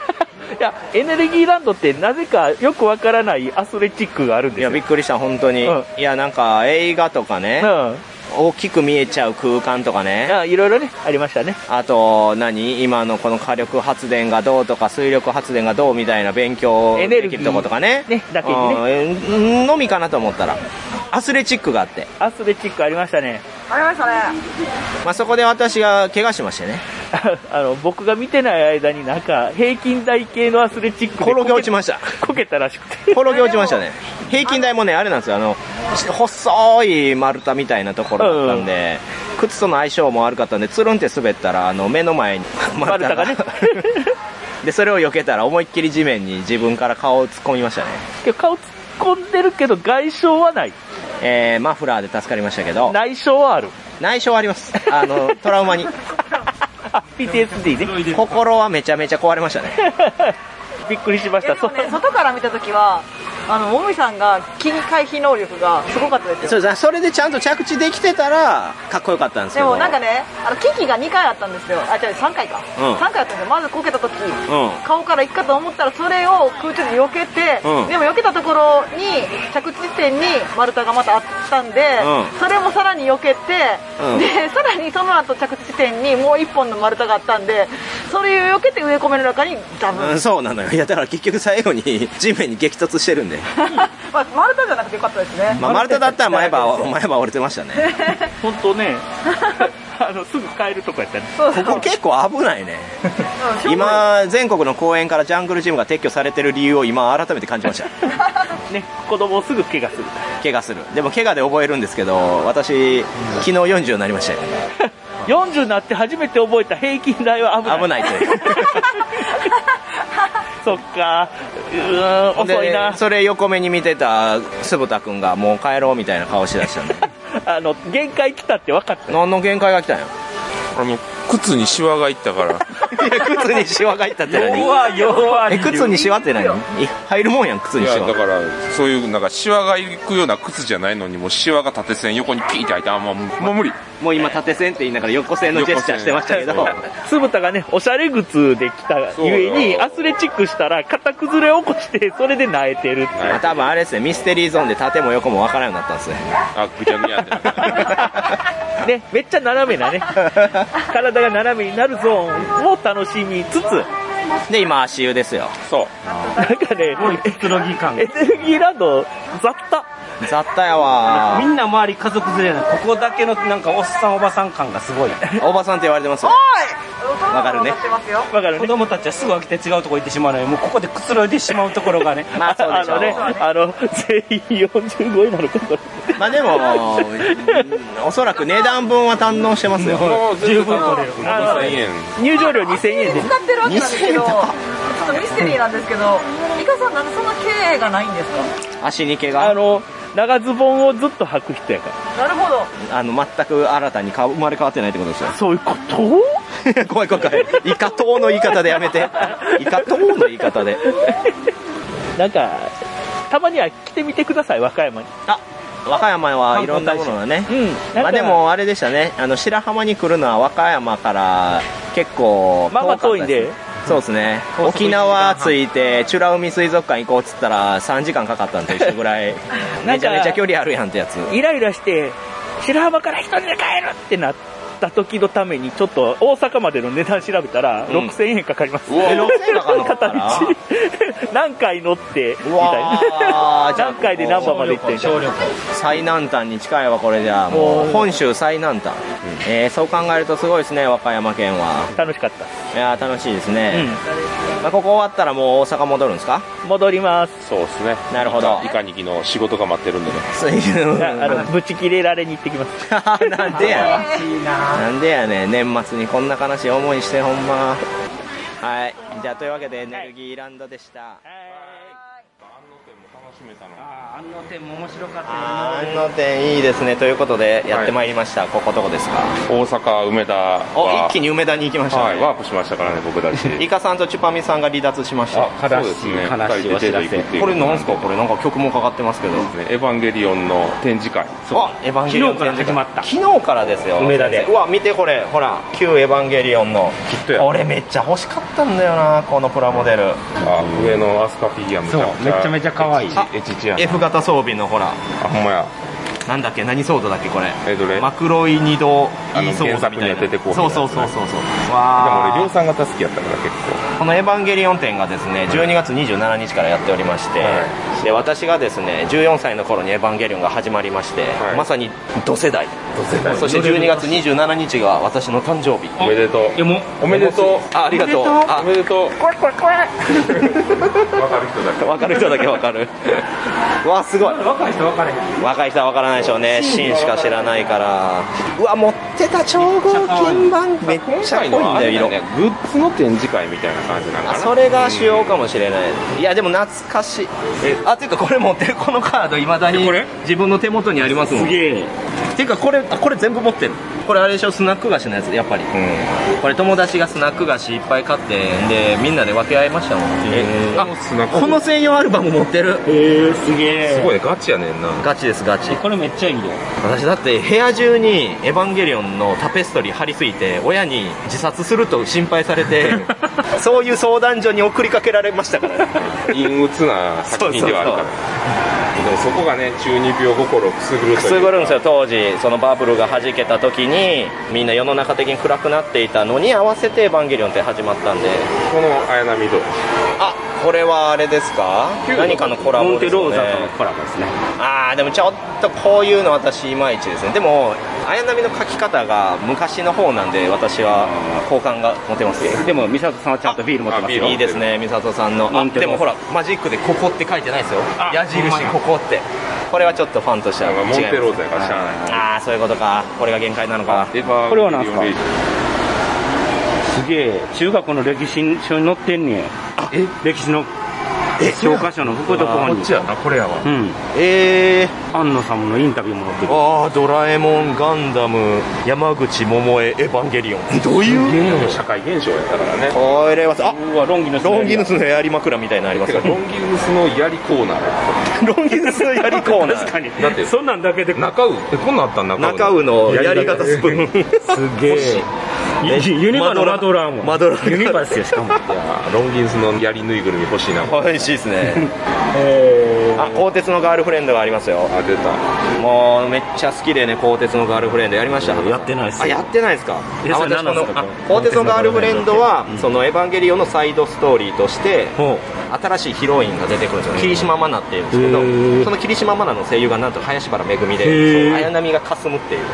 A: いや、エネルギーランドってなぜかよくわからないアスレチックがあるん
D: い
A: です
D: や
A: よ。
D: びっくりした本当に、
A: うん
D: いやなんか映画とかね、
A: うん。
D: 大きく見えちゃう空間とかね、
A: あいろいろね、ありましたね。
D: あと何今のこの火力発電がどうとか水力発電がどうみたいな勉強
A: エネル
D: で
A: ギ
D: き
A: ー
D: るとことかね
A: ねだけにね
D: うんのみかなと思ったらアスレチックがあって、
A: アスレチックありましたね。
K: ありましたね
D: まあ、そこで私が怪我しましてね
A: あの、僕が見てない間になんか、平均台系のアスレチックでこけ。
D: 転げ落ちました
A: こけたらしくて。
D: 転げ落ちましたね平均台もねあれなんですよあの細い丸太みたいなところだったんで、靴との相性も悪かったんでつるんって滑ったらあの目の前 に
A: 丸太がね。
D: でそれを避けたら思いっきり地面に自分から顔を突っ込みましたね、
A: けど顔突っ込んでるけど、外傷はない。
D: えー、マフラーで助かりましたけど
A: 内傷はある。
D: 内緒はありますあのトラウマに
A: あ、PTSD ね。
D: 心はめちゃめちゃ壊れましたね
A: びっくりしま
B: い
A: し
B: や
A: た。
B: でもね外から見た時はあのもみさんが切り回避能力がすごかったですよ
D: そうですそれでちゃんと着地できてたらかっこよかったんですけ
B: で
D: ど
B: もなんかね、あの危機が2回あったんですよ、あ、じゃ3回か、
D: うん
B: 3回あったんですよ、まずこけた時
D: ん
B: 顔からいくかと思ったら、それを空中で避けて、
D: うん
B: でも避けたところに、着地点に丸太がまたあったんで、
D: うん
B: それもさらに避けて、
D: うん
B: でさらにその後着地点にもう1本の丸太があったんで、それを避けて植え込めの中にダブン、
D: うんそうなのよいやだから結局最後に地面に激突してるんで、
B: まあ、丸太じゃなくてよかったですね。
D: まあ、丸太だったら前歯は前歯折れてましたね
A: 本当ね、 あの、すぐ帰るとこやったね。
B: そう
D: ここ結構危ないね
B: うんしょうがない
D: 今全国の公園からジャングルジムが撤去されてる理由を今改めて感じました
A: ね、子供をすぐ怪我する。
D: 怪我するでも怪我で覚えるんですけど私昨日40になりましたよ
A: 40になって初めて覚えた平均台は危ない。
D: 危ないという
A: そっか。うーん、遅いな
D: で。それ横目に見てた坪田君がもう帰ろうみたいな顔しだしたんで
A: あの、限界来たって分かった。
D: 何の限界が来たんや
C: あの靴にシワがいったから
D: いや靴にシワが入ったって何
A: 弱い弱
D: え靴にシワって何
B: よ
D: い入るもんやん靴
C: い
D: にシ
C: やだ
D: ワ
C: からそういうなんかシワがいくような靴じゃないのにもうシワが縦線横にピーって開いてあもうもう無理
D: もう今縦線って言いながら横線のジェスチャーしてましたけど
C: 横線
A: つぶたがね、おしゃれ靴で来たゆえ
C: そう
A: に、
C: よ
A: アスレチックしたら肩崩れ起こして、それで泣いてるっていう。
D: まあ多分あれですねミステリーゾーンで縦も横も分からんようになったんですね
C: あぐちゃぐちゃってなった
A: ね、めっちゃ斜めなね、体が斜めになるゾーンを楽しみつつ、
D: で今足湯ですよ
C: そう
A: なんかね、
H: すごいくつろぎ感
A: エネルギーランド、雑多。
D: 雑多やわ
H: みんな周り家族連れやなここだけのなんかおっさんおばさん感がすご い
D: おばさんって言われてますよわかるね
H: わかる、子供たちはすぐ飽きて違うとこ行ってしまうのにもうここでくつろいでしまうところがね
D: まあそうでしょう
A: あのね、あの、全員45位なのか、これ。
D: まあでも、うんおそらく値段分は堪能してますよ。
H: 十分取れる
A: あの
C: 1000円
A: 入場料2000円で
B: 使ってるわけなんですけどちょっとミステリーなんですけどイカさんなんでそんな経営がないんですか
D: 足に毛
A: あ
D: が、
A: の、長ズボンをずっと履く人やから。
B: なるほ ど
D: あの、全く新たにか生まれ変わってないってことですよ。
A: そういうこと
D: 怖い怖い怖い。イカ党の言い方でやめて。イカ党の言い方で。
A: なんか、たまには来てみてください、和歌山に。
D: あ、和歌山はいろんなものがね。
A: うん。なん
D: ま
A: か
D: あで、もあれでしたね、あの白浜に来るのは和歌山から結構
A: まあまあ遠いんで
D: 遠かったすそうですね沖縄着いて美ら海水族館行こうっつったら3時間かかったんと一緒ぐら いめちゃめちゃ距離あるやんってやつ
A: イライラして、白浜から一人で帰るってなった時のために、ちょっと大阪までの値段調べたら、
D: うん
A: 6000円かかります。
D: うわ6000円かかんのか
A: 片道。 何回乗って、みたい
D: う
A: な。
D: わーじゃあ
A: 何回で何番まで行ってみたいな。
D: 最南端に近いわこれじゃあもう本州最南端、えーそう考えるとすごいですね和歌山県は
A: 楽しかった。
D: いやー楽しいです
A: う
D: ね、まあ、ここ終わったらもう大阪戻るんですか
A: ん。戻ります。
C: そうですね
D: なるほど
C: いかに昨日仕事が待ってるんでね
D: そうい
A: いうやあの、ぶち切れられに行ってきます。
D: なんでやなんでやねん年末にこんな悲しい思いしてほんまはいじゃあというわけでエネルギーランドでした、
H: あの点も面白かっ
D: あの点いいですねということでやってまいりました、ここどこですか
C: 大阪梅田
D: お
C: は
D: 一気に梅田に行きました
C: はい
D: ね、
C: ワープしましたからね僕たち
D: イカさんとチュパミさんが離脱しました
C: そうですね
H: 悲しい
C: 二人で出ていくっていう
D: これなんすかこれなんか曲もかかってますけど
C: ねエヴァンゲリオンの展示会
D: あエヴァンゲリオン
H: 昨日から始まった
D: 昨日からですよ
H: 梅田で
D: 先生うわ見てこれほら旧エヴァンゲリオンの
C: きっとや
D: 俺めっちゃ欲しかったんだよなこのプラモデル
C: あ上のアスカフィギュアめちゃくちゃ
H: そうめちゃめちゃ可愛い
C: あ H1 やな
D: F 型装備のほら
C: あほんまや
D: なんだっけ何ソードだっけこれ
C: えどれ
D: マクロイニド
C: あの
D: イーソードみ
C: 原作
D: たいな
C: には出てこうへん
D: そ
C: やつ
D: う
C: ね
D: そうそうそうそう
C: でも俺
D: わ
C: 量産型好きやったから結
D: あこの「エヴァンゲリオン」展がですね12月27日からやっておりまして、
C: は
D: で私がですね14歳の頃に「エヴァンゲリオン」が始まりまして、
C: はい
D: まさに同世代
C: 代
D: そして12月27日が私の誕生日
C: 構おめでと
H: で
C: う
H: も
C: おめでとう
D: あありがとうあ
C: おめでとう怖い怖い怖いわかる人だけ
D: 分かる人だけ分 かるわあすごい
H: 若い人分かれへん
D: 若い人は分からないでしょうねシーンしか知らないからうわ持ってた超合金版めっちゃ濃いん
C: は
D: だ
C: あれ
D: よ
C: だ
D: 色
C: ねグッズの展示会みたいな感じなんか
D: あ
C: な
D: それが主要かもしれない、いやでも懐かしいあていうかこれ持ってるこのカードいまだに自分の手元にありますもん
H: すげえ
D: ていうかこれあこれ全部持ってるこれあれでしょスナック菓子のやつやっぱり、これ友達がスナック菓子いっぱい買ってでみんなで分け合いましたもん
C: え
D: あ
C: スナック
D: この専用アルバム持ってる
H: へえすげえ
C: すごいガチやねんな
D: ガチですガチ
H: これめっちゃいいよ
D: 私だって部屋中に「エヴァンゲリオン」のタペストリー貼り付いて親に自殺すると心配されてそういう相談所に送りかけられましたからね
C: 陰鬱な作品ではあるからでもそこがね中二病心をくすぐるという
D: くすぐるんですよ当時そのバブルが弾けた時にみんな世の中的に暗くなっていたのに合わせて「エヴァンゲリオン」って始まったんで
C: この綾波どう
D: あこれはあれですか何かのコラ
H: モ
D: ボ
H: ンテ
D: です
H: ロ
D: よ
H: ー
D: ね
H: ザとのコラボですね
D: ああでもちょっとこういうの私いまいちですねでも綾波の描き方が昔の方なんで私は好感が持てます
H: でも美里さんはちゃんとビール持ってます
C: あ
H: よ
D: いいですね、美里さんの。
H: な
D: あ
H: んて
D: で
H: いうの
D: もほら、マジックでここって書いてないですよ。
H: あ
D: 矢印
H: ほんまや
D: ここって。これはちょっとファンとしては違い
C: モ
D: ま
C: ン
D: す。
C: テローゼがしゃあない
D: ああ、そういうことか。これが限界なのか。
C: エヴァ
H: これはなんすか
C: ゲリオンレイジ
H: すげえ中学の歴史書に載ってんねん
C: え
H: 歴史の教科書の副読
C: あ
H: 本
C: こ
H: に
C: っちやなこれやわ
H: うん
D: え
H: 安野さんのインタビューも載って
D: ー、
H: る
D: ああ、ドラえもん、ガンダム、山口百恵、エヴァンゲリオン。どういう
C: 社会現象やったからね
D: これはさ、あ
H: うわロンギのスネア
D: ロンギヌスのやり枕みたいなのありま
C: て
D: す
C: か
D: よ
C: ロ
D: ね。
C: ンギウスのやりコーナー
D: ロンギヌスのやりコーナ
H: 確
D: ー。
H: かに
C: だって
H: そんなんだけで
C: 中尾えこんなんあったん
D: 中尾のやり方スプーン。
H: すげえユニバのマドラーも
D: マドラー
H: ユニバですよしかも
C: いやーロンギンスのやりぬいぐるみ欲しいな
D: 美味しいですね。
H: え
D: あ鋼鉄のガールフレンドがありますよ
C: あ出た
D: もうめっちゃ好きでね鋼鉄のガールフレンドやりました
H: やってないっす
D: あやってないですか
H: いや
D: あ
H: それ
D: 私こ
H: 何なん
D: の
H: ですか
D: あ鋼鉄のガールフレンドは
H: うん
D: そのエヴァンゲリオンのサイドストーリーとして
H: ほ
D: 新しいヒロインが出てくるんですよ霧島真奈っていうんですけ
H: へー
D: どその霧島真奈の声優がなんと林原めぐみで
H: へー
D: そう綾波がかすむっていう
H: う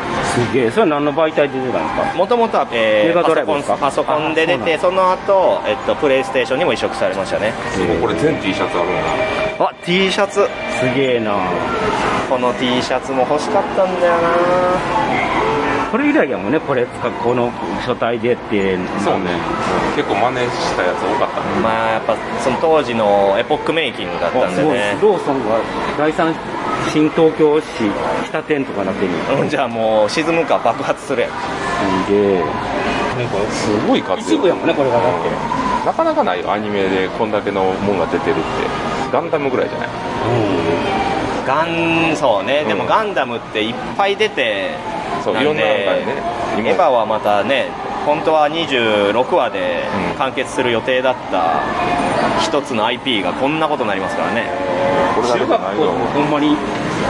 H: すげえそれ何の媒体で出てたんですか
D: もともとは、え
H: メ
D: ー
H: ガ
D: パ
H: ドラ
D: ソ
H: イ
D: コ
H: ブですか
D: ンパソコンで出て
H: あ
D: その後、えっとプレイステーションにも移植されましたね
C: すごいこれ全 T シャツあるんだ
D: あ T シャツ
H: すげえな
D: この T シャツも欲しかったんだよな
H: これ以来やもんねこれ使うこの書体でって
C: そうね結構真似したやつ多かったね
D: まあやっぱその当時のエポックメイキングだったん
H: す
D: で
H: ごい
D: ね
H: ローソンが第三新東京市北店とかなってる
D: うんじゃあもう沈むか爆発するやん
H: すげえ
C: すごい活
H: 一
C: 躍
H: 部やもんねこれがだって
C: なかなかないよアニメでこんだけのもんが出てるってガンダムぐらいじゃない
D: ガンそうね、
C: うん
D: でもガンダムっていっぱい出て
C: そう
D: で
C: いろんなのがね今
D: エヴァはまたね本当は26話で
C: うん
D: 完結する予定だった一つの IP がこんなことになりますからね
C: これだけ
H: 中
C: じゃな
H: 学
C: い
H: 校
C: よ
H: ほんまに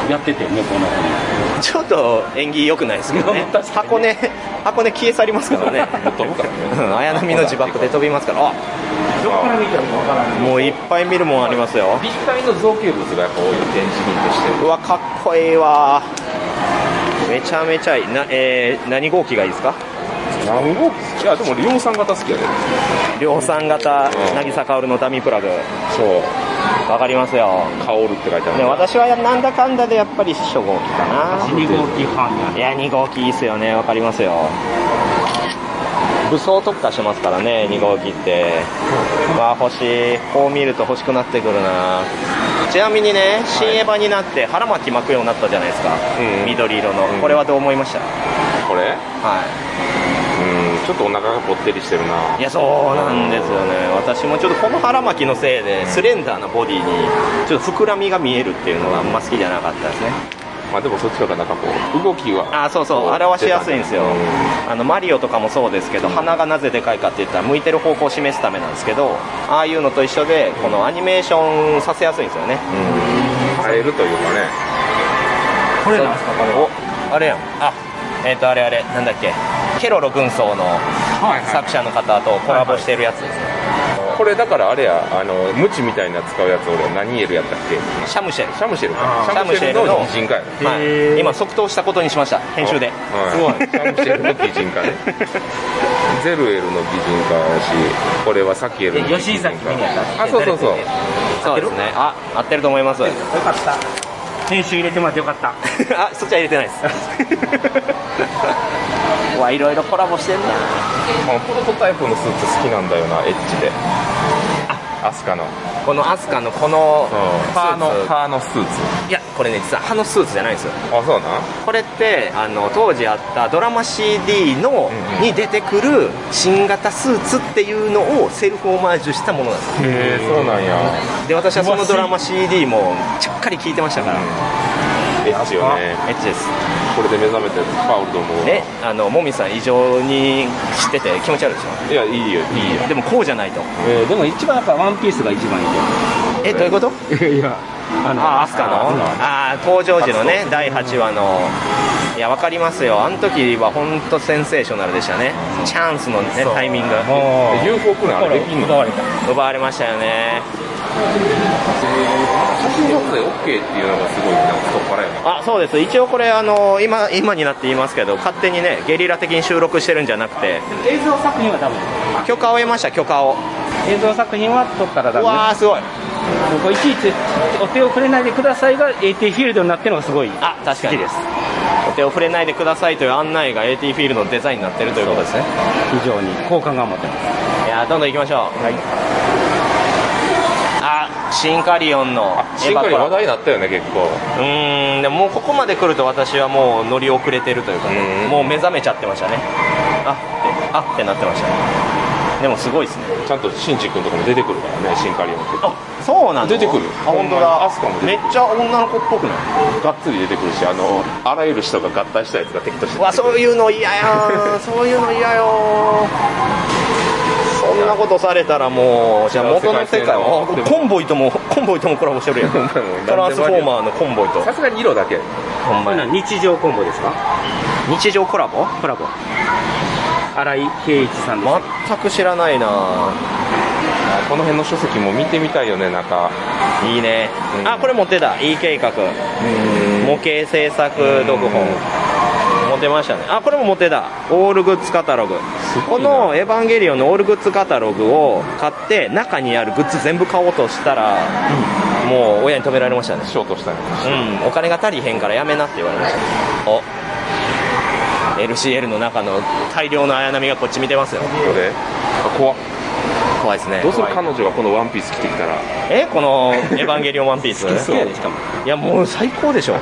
H: やっててねこんなふうに
D: ちょっと縁起良くないですけ どね箱根箱根消え去りますからね
C: 飛ぶからね
D: うん綾波の自爆で飛びますからあ
C: どっから見
D: もういっぱい見るもんありますよ
C: 立体の造形物がやっぱ多いよ展示品として
D: うわかっこいいわめちゃめちゃいいな、えー何号機がいいですか
C: 何号機いやでも量産型好きやで
D: 量産型渚薫のダミープラグ
C: そう
D: わかりますよ
C: 「香る」って書いてある
D: で私はなんだかんだでやっぱり初号機かな
H: 2号機半や
D: いや2号機いいっすよねわかりますよ武装特化してますからね2号機ってわあ欲しいこう見ると欲しくなってくるなちなみにね新エヴァになって腹巻き巻くようになったじゃないですか、
C: うん
D: 緑色の、
C: うん
D: これはどう思いました
C: これ
D: はい
C: うんちょっとお腹がぽってりしてるない
D: やそうなんですよね私もちょっとこの腹巻きのせいでスレンダーなボディにちょっと膨らみが見えるっていうのがあんま好きじゃなかったですね
C: まあでもそっちの方がなんかこう動きは
D: あそうそう表しやすいんですよあのマリオとかもそうですけど鼻がなぜでかいかって言ったら向いてる方向を示すためなんですけどああいうのと一緒でこのアニメーションさせやすいんですよね
C: 変えるというかね
H: これなんすかこれ
D: おあれやんあえっ、とあれあれなんだっけケロロ軍曹の作者の方とコラボしてるやつですね、
C: これだからあれやあのムチみたいな使うやつ俺何エルやったっけ
D: シャムシェル
C: シャムシェルかシャムシェルの擬人化やね
D: はい、今即答したことにしました編集で
C: はい、 シャムシェルの擬人化ねゼルエルの擬人化やしこれはサキエルの擬人化
A: 吉井崎美奈やった
C: あそうそうそう
D: そうですねあ合ってると思いますあ
H: よかった編集入れてもらってよ かった
D: そっちは入れてないですうわいろいろコラボしてんな
C: あプロトタイプのスーツ好きなんだよなエッジでアスカの
D: このアスカのこの
C: パーのパーのスーツ
D: いやこれね実は歯のスーツじゃないんですよ
C: あそうなん
D: これってあの当時あったドラマ CD の
C: うんうん
D: に出てくる新型スーツっていうのをセルフオマージュしたものなん ですよ
C: へえそうなんや
D: で私はそのドラマ CD もちゃっかり聞いてましたから、
C: エッジよね
D: エッチです
C: これで目覚めてパウルと思う
D: えあのもみさん異常に知ってて気持ち悪いでし
C: いやいいよいいよ
D: ょでもこうじゃないと
H: えーでも一番やっぱワンピースが一番いい
D: えどういうこと
H: けどいやあ
D: あーアスカの
H: あの
D: あー登場時のね第8話のいや分かりますよあの時は本当センセーショナルでしたねチャンスの、ね、タイミング
C: え UFO 来るのあれできんの写
D: 奪われましたよね
C: 真撮影 OK っていうのがすごいなんか太っ腹やな
D: あそうです一応これあの今今になって言いますけど勝手にねゲリラ的に収録してるんじゃなくて
H: 映像作品はダメ
D: 許可を得ました許可を
H: 映像作品は撮ったら
D: う
H: ダメ
D: わーすごい
H: ここいちいちお手を触れないでくださいが AT フィールドになってるのがすごい
D: あ確かにですお手を触れないでくださいという案内が AT フィールドのデザインになってるということですね
H: 非常に好感が持てます
D: いやーどんどん行きましょうあシンカリオンの
C: しっかり話題になったよね結構
D: うーんでももうここまで来ると私はもう乗り遅れてるというかね
C: うん
D: もう目覚めちゃってましたねあってあってなってましたねでもすごいですね
C: ちゃんとシンジ君とかも出てくるからねシンカリオンって
D: あそうなの
C: 出てくる
D: あ本当だ
C: アスカも出
D: め
C: て
D: っ
C: くる
D: ちゃ女の子っぽくない
C: がっつり出てくるしあのあらゆる人が合体したやつが敵として
D: うわそういうの嫌やんそういうの嫌よ
C: そん
D: んなことされたらもうじゃあ元の世界をあコンボイともコンボイともコラボしてるやん トランスフォーマーのコンボイと
C: さすがに色だけ
D: ほんまに
H: 日常コンボですか
D: 日常コラボ
H: コラボ新井圭一さんです、
D: 全く知らないな
C: この辺の書籍も見てみたいよね中
D: いいね、
C: うん
D: あこれ持ってたいい計画模型制作読本持ってましたねあこれも持ってたオールグッズカタログこの「エヴァンゲリオン」のオールグッズカタログを買って中にあるグッズ全部買おうとしたら、もう親に止められましたね
C: ショートしたね
D: うんお金が足りへんからやめなって言われましたお LCL の中の大量の綾波がこっち見てますよ
C: これあ怖っ
D: 怖いですね
C: どうする彼女がこのワンピース着てきたら
D: えこの「エヴァンゲリオンワンピー ス
C: 好きやね
D: しかもいやもう最高でしょ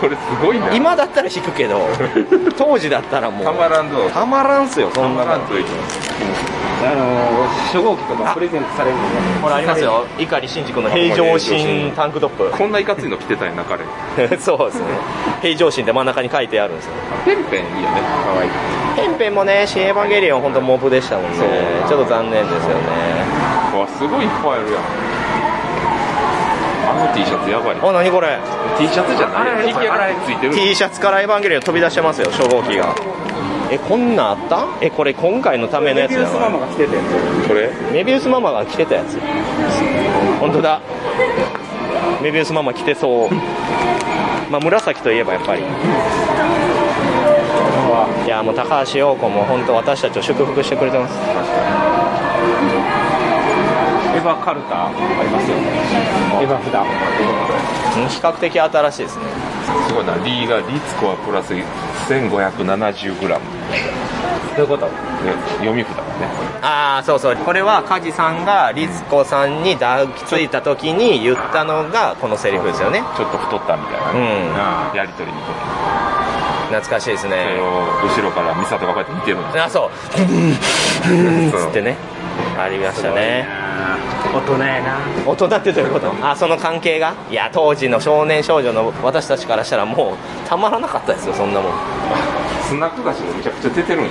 C: これすごいな
D: 今だったら引くけ ど当時だったらもう
C: たまらんぞ
D: たまらんっすよそ
C: た
D: んな
C: ま
D: の
C: らんといきます
H: あの初号機とかプレゼントされるので
D: ほらありますよ碇シンジ君の平常心タンクトッ
C: こんないかついの着てたんやな彼
D: プ そうですね平常心って真ん中に書いてあるんですよ
C: ペンペンいいよね可愛い
D: ペンペンもね「新エヴァンゲリオン」本当モブでしたもんね
C: そう
D: ちょっと残念ですよね
C: わすごいいっぱいあるやんあの T シャツやばい
D: あ何これ
C: T シャツじゃない引き上がりついてる
D: T シャツから「エヴァンゲリオン」飛び出してますよ初号機がえこんなんあったえこれ今回のためのやつ
H: ビュ
D: だ
H: ースママが来てて
C: これ
D: メビウスママが着てたやつ本当だメビウスママ着てそう まあ紫といえばやっぱりいやもう高橋陽子も本当私たちを祝福してくれてます
H: エヴァカルタありますよねエヴァ札
D: うん比較的新しいですね
C: すごいなリーがリツコはプラス 1570g
H: どういうこと
C: で読み札がね
D: ああそうそうこれは梶さんが律子さんに抱きついた時に言ったのがこのセリフですよね
C: ちょっと太ったみたいな
D: う
C: ね、
D: ん
C: やり取りの時
D: 懐かしいです
C: それ
D: ね
C: を後ろからミサトがこうやって見 てるんです
D: あそう
C: よ
D: つってねありましたね
H: 大人やな
D: 大人ってどういうことあその関係がいや当時の少年少女の私たちからしたらもうたまらなかったですよそんなもん
C: スナック菓子がめちゃくちゃ出てるんよ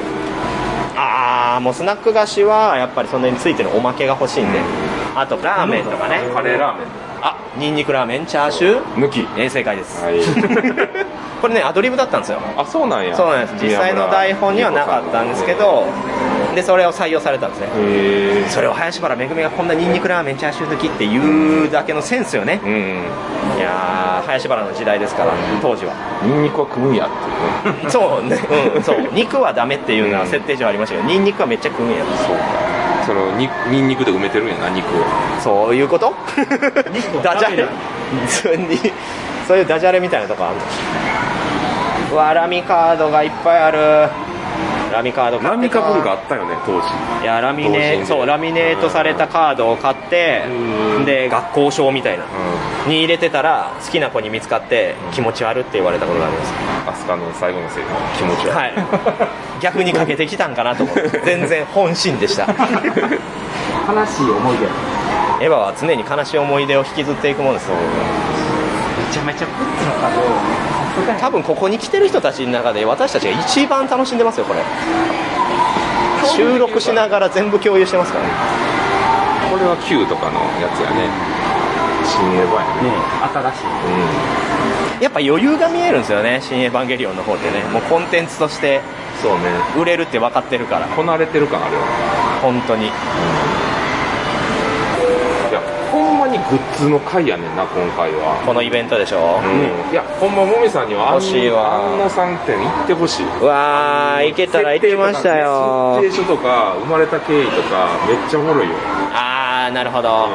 D: ああもうスナック菓子はやっぱりそれについてるおまけが欲しいんであとラーメンとかね
C: カレーラーメ
D: あニンニクラーメンチャーシュー
C: ン抜き
D: えー正解です
C: はい
D: これねアドリブだったんですよ
C: あそうなんや
D: そうなんです実際の台本にはなかったんですけどでそれを採用されたんですね
C: へえ
D: それを林原めぐみがこんなニンニクラーメンチャーシュー好きっていうだけのセンスよね
C: うん
D: いやー林原の時代ですから当時は
C: ニンニクは食うんやっていうね
D: そうね、うん、そう肉はダメっていうのは設定上ありましたけど、ニンニクはめっちゃ食うんや
C: そうかそれをにニンニクで埋めてるんやな肉を
D: そういうことダジャ
H: ダメ
D: レ そうにそういうダジャレみたいなとこあるうわラミカードがいっぱいあるラミカード買
C: ラ
D: っ
C: ミ
D: て
C: カ
D: か
C: ブルがあったよね当時
D: いやラミネ
C: 同時に
D: そうラミネートされたカードを買ってで学校証みたいな
C: う
D: に入れてたら好きな子に見つかって気持ち悪って言われたことがあります
C: んアスカの最後のせい気持ち悪い
D: はい 逆にかけてきたんかなと思って全然本心でした
H: 悲しい思い出
D: エヴァは常に悲しい思い出を引きずっていくものです
H: めちゃめちゃプッツの数を
D: 多分ここに来てる人たちの中で私たちが一番楽しんでますよこれ収録しながら全部共有してますからね
C: これは Q とかのやつやね新エヴァやね
H: ね新しい
D: やっぱ余裕が見えるんですよね「新エヴァンゲリオン」の方ってねもうコンテンツとして
C: そうね
D: 売れるって分かってるから
C: こなれてる感あるよね
D: 本当に
C: いやほんまにグッズの回やねんな今回は
D: このイベントでしょ
C: うんいやほんまもみさんには
D: 欲しいわ
C: 安野さん店行ってほしいう
D: わー行けたら行ってましたよ
C: 設定書とか生まれた経緯とかめっちゃおもろいよ
D: ああなるほど、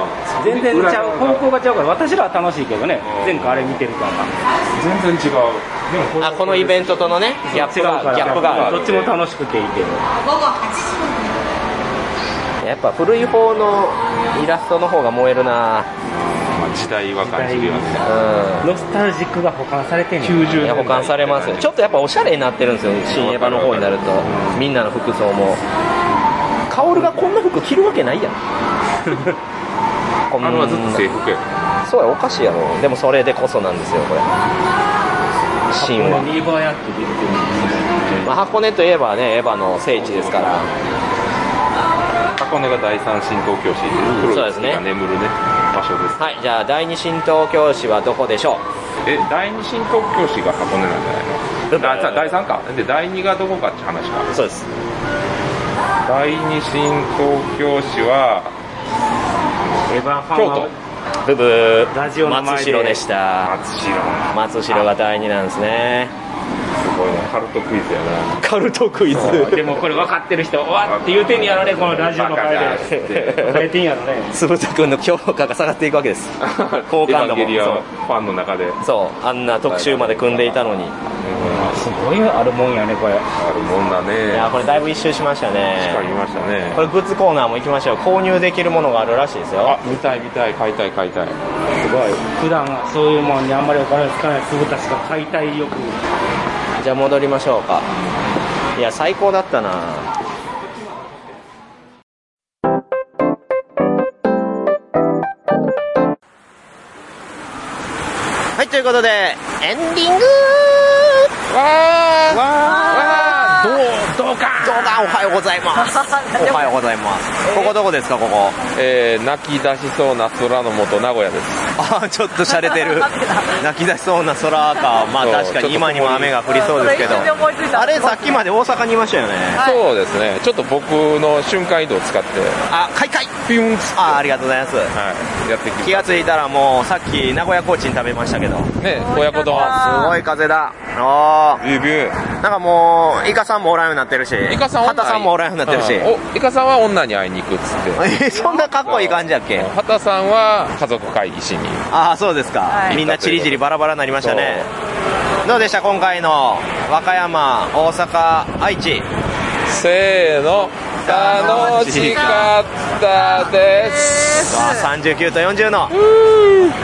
H: 全然ちゃう
C: 裏側
H: 方
C: が
H: 向がちゃうから私らは楽しいけどね
C: うん
H: 前回あれ見てるから
C: 全然違うでもこれ
D: あこのイベントとのねギャップ
H: 違うか
D: が
H: ら
D: ギャップがある
H: どっちも楽しくていいけど
D: やっぱ古い方のイラストの方が燃えるな
C: まあ時代は感じるよね
D: うん
H: ノスタルジックが保管されてんねん
C: 90
D: いや保管されますよちょっとやっぱおしゃれになってるんですよ新エヴァの方になるとみんなの服装も薫がこんな服着るわけない やんこん
C: あれはずっと制服やから
D: そうやおかしいやろでもそれでこそなんですよこれシンは
H: ミーバーやって出てるんですよ
D: まあ、箱根といえばねエヴァの聖地ですから
C: 箱根が第三神道教師という黒
D: そう
C: い
D: です
C: 月
D: ね
C: が眠るね場所です
D: はい、じゃあ第二神道教師はどこでしょ
C: え第二神道教師が箱根なんじゃないのあじゃあ第三かで第二がどこかって話か
D: うそうです
C: 第二神道教師は
H: エヴァンファン
C: 京
H: は
C: 都
D: ブブー
H: ラジオの前で
D: 松代でした
C: 松代
D: 松代が第二なんですね
C: すごいなカルトクイズや な
D: カルトクイズ
H: でもこれ分かってる人おわって言うてんやろねこのラジオの前 で
C: バカだ
H: 言えてんやろね
D: つぶたくんの評価が下がっていくわけです好感度も
C: エヴァンゲリオ
D: そ
C: ン
D: う
C: ファンの中で
D: そうあんな特集まで組んでいたのに
H: すごいあるもんやねこれ
C: あるもんだ
D: い
C: ね
D: やーこれだいぶ一周しました
C: しっかり
D: ね
C: 見ましたね
D: これグッズコーナーも行きましょう購入できるものがあるらしいですよ
C: あ見たい見たい買いたい買いたい
H: すごい普段はそういうもんにあんまりお金つかない酢豚しか買いたい欲
D: じゃあ戻りましょうかいや最高だったなはいということでエンディングわーわーどうどうかどうかおはようございますおはようございますここどこですかここ
C: えー、泣き出しそうな空の下名古屋です
D: あちょっと洒落て る泣き出しそうな空かまあ
C: そう
D: 確かに今にも雨が降りそうですけど
B: それ一瞬で思いついた
D: あれさっきまで大阪にいましたよね
C: そうですねちょっと僕の瞬間移動を使って
D: あ、開会
C: ピュンっつって
D: あ、ありがとうございます。
C: はい、やってき
D: 気がついたらもうさっき名古屋コーチに食べましたけど。す
C: たね親子丼
D: ごい風だ。あ
C: ビュービュ
D: あ。なんかもう、イカさんもおらんようになってるし。
C: ーイカさんは
D: 畑さんもおらんようになってるし。
C: おイカさんは女に会いに行くっつって
D: え、 そんなかっこいい感じやっけ
C: 畑さんは家族会議しに
D: ああ、そうですか。
B: はい
D: みんなチリチリバラバラになりましたね。どうでした今回の和歌山、大阪、愛知。
C: せーの楽しかったです
D: わあ39と40の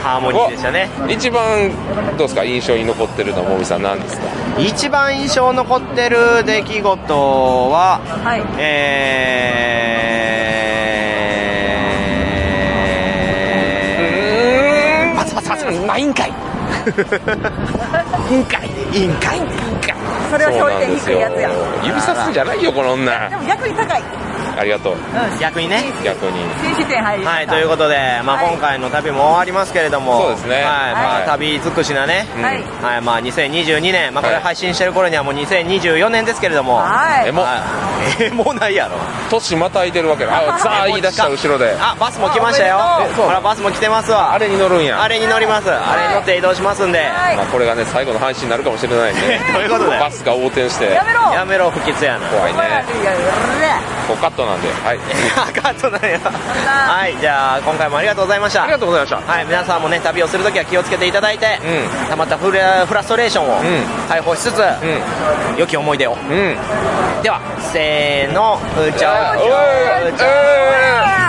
D: ハーモニーでしたね。
C: 一番どうですか印象に残ってるのはもみさん何ですか
D: 一番印象残ってる出来事は、
B: はい
D: えー、パツパツパツパツ、まあ、委員会。委員会、委員会。
B: それは
C: そう
B: 勝利
C: な
B: 点
C: んです
B: 低い
C: よ
B: やつや
C: 指さすんじゃないよこの
B: で
C: 女
B: も逆に高い
C: ありがとう
D: 逆にね。
C: 逆に
B: 選手点入りま
D: は
B: し
D: い、
B: た
D: ということで、まあ、
B: はい
D: 今回の旅も終わりますけれども、
C: そうですね
D: はい、ま
C: は
D: あ、
C: い
D: 旅尽くしなね、
C: うん
B: はい
D: はい、まあ、2022年、まあ、これ
C: はい
D: 配信してる頃にはもう2024年ですけれども、
B: は
C: え
B: い
C: もう
D: はい、えもうないやろ。
C: 年またいでるわけだあさあ言い出した後ろで
D: あ、バスも来ましたよ。
B: あおめ
C: でとう
D: ほら、バスも来てますわ。
C: あれに乗るんや
D: あれに乗ります。あれに乗って移動しますんで。
B: はい
C: まあ、これがね最後の配信になるかもしれないね
D: どういうことだよ
C: バスが横転して
B: やめろ
D: やめろ、不吉やな。
C: 怖い
B: お前ら
C: ね
B: でやる
C: こうカットなんではい
D: カットなんや。はい、じゃあ、今回もありがとうございました。
C: ありがとうございました
D: はい、皆さんもね、旅をするときは気をつけていただいて、
C: う
D: たまったフラフラストレーションを
C: ん
D: 解放しつつ、良き思い出を。
C: うんうん
D: では、せーの、うちょうちょうちょう。
C: えー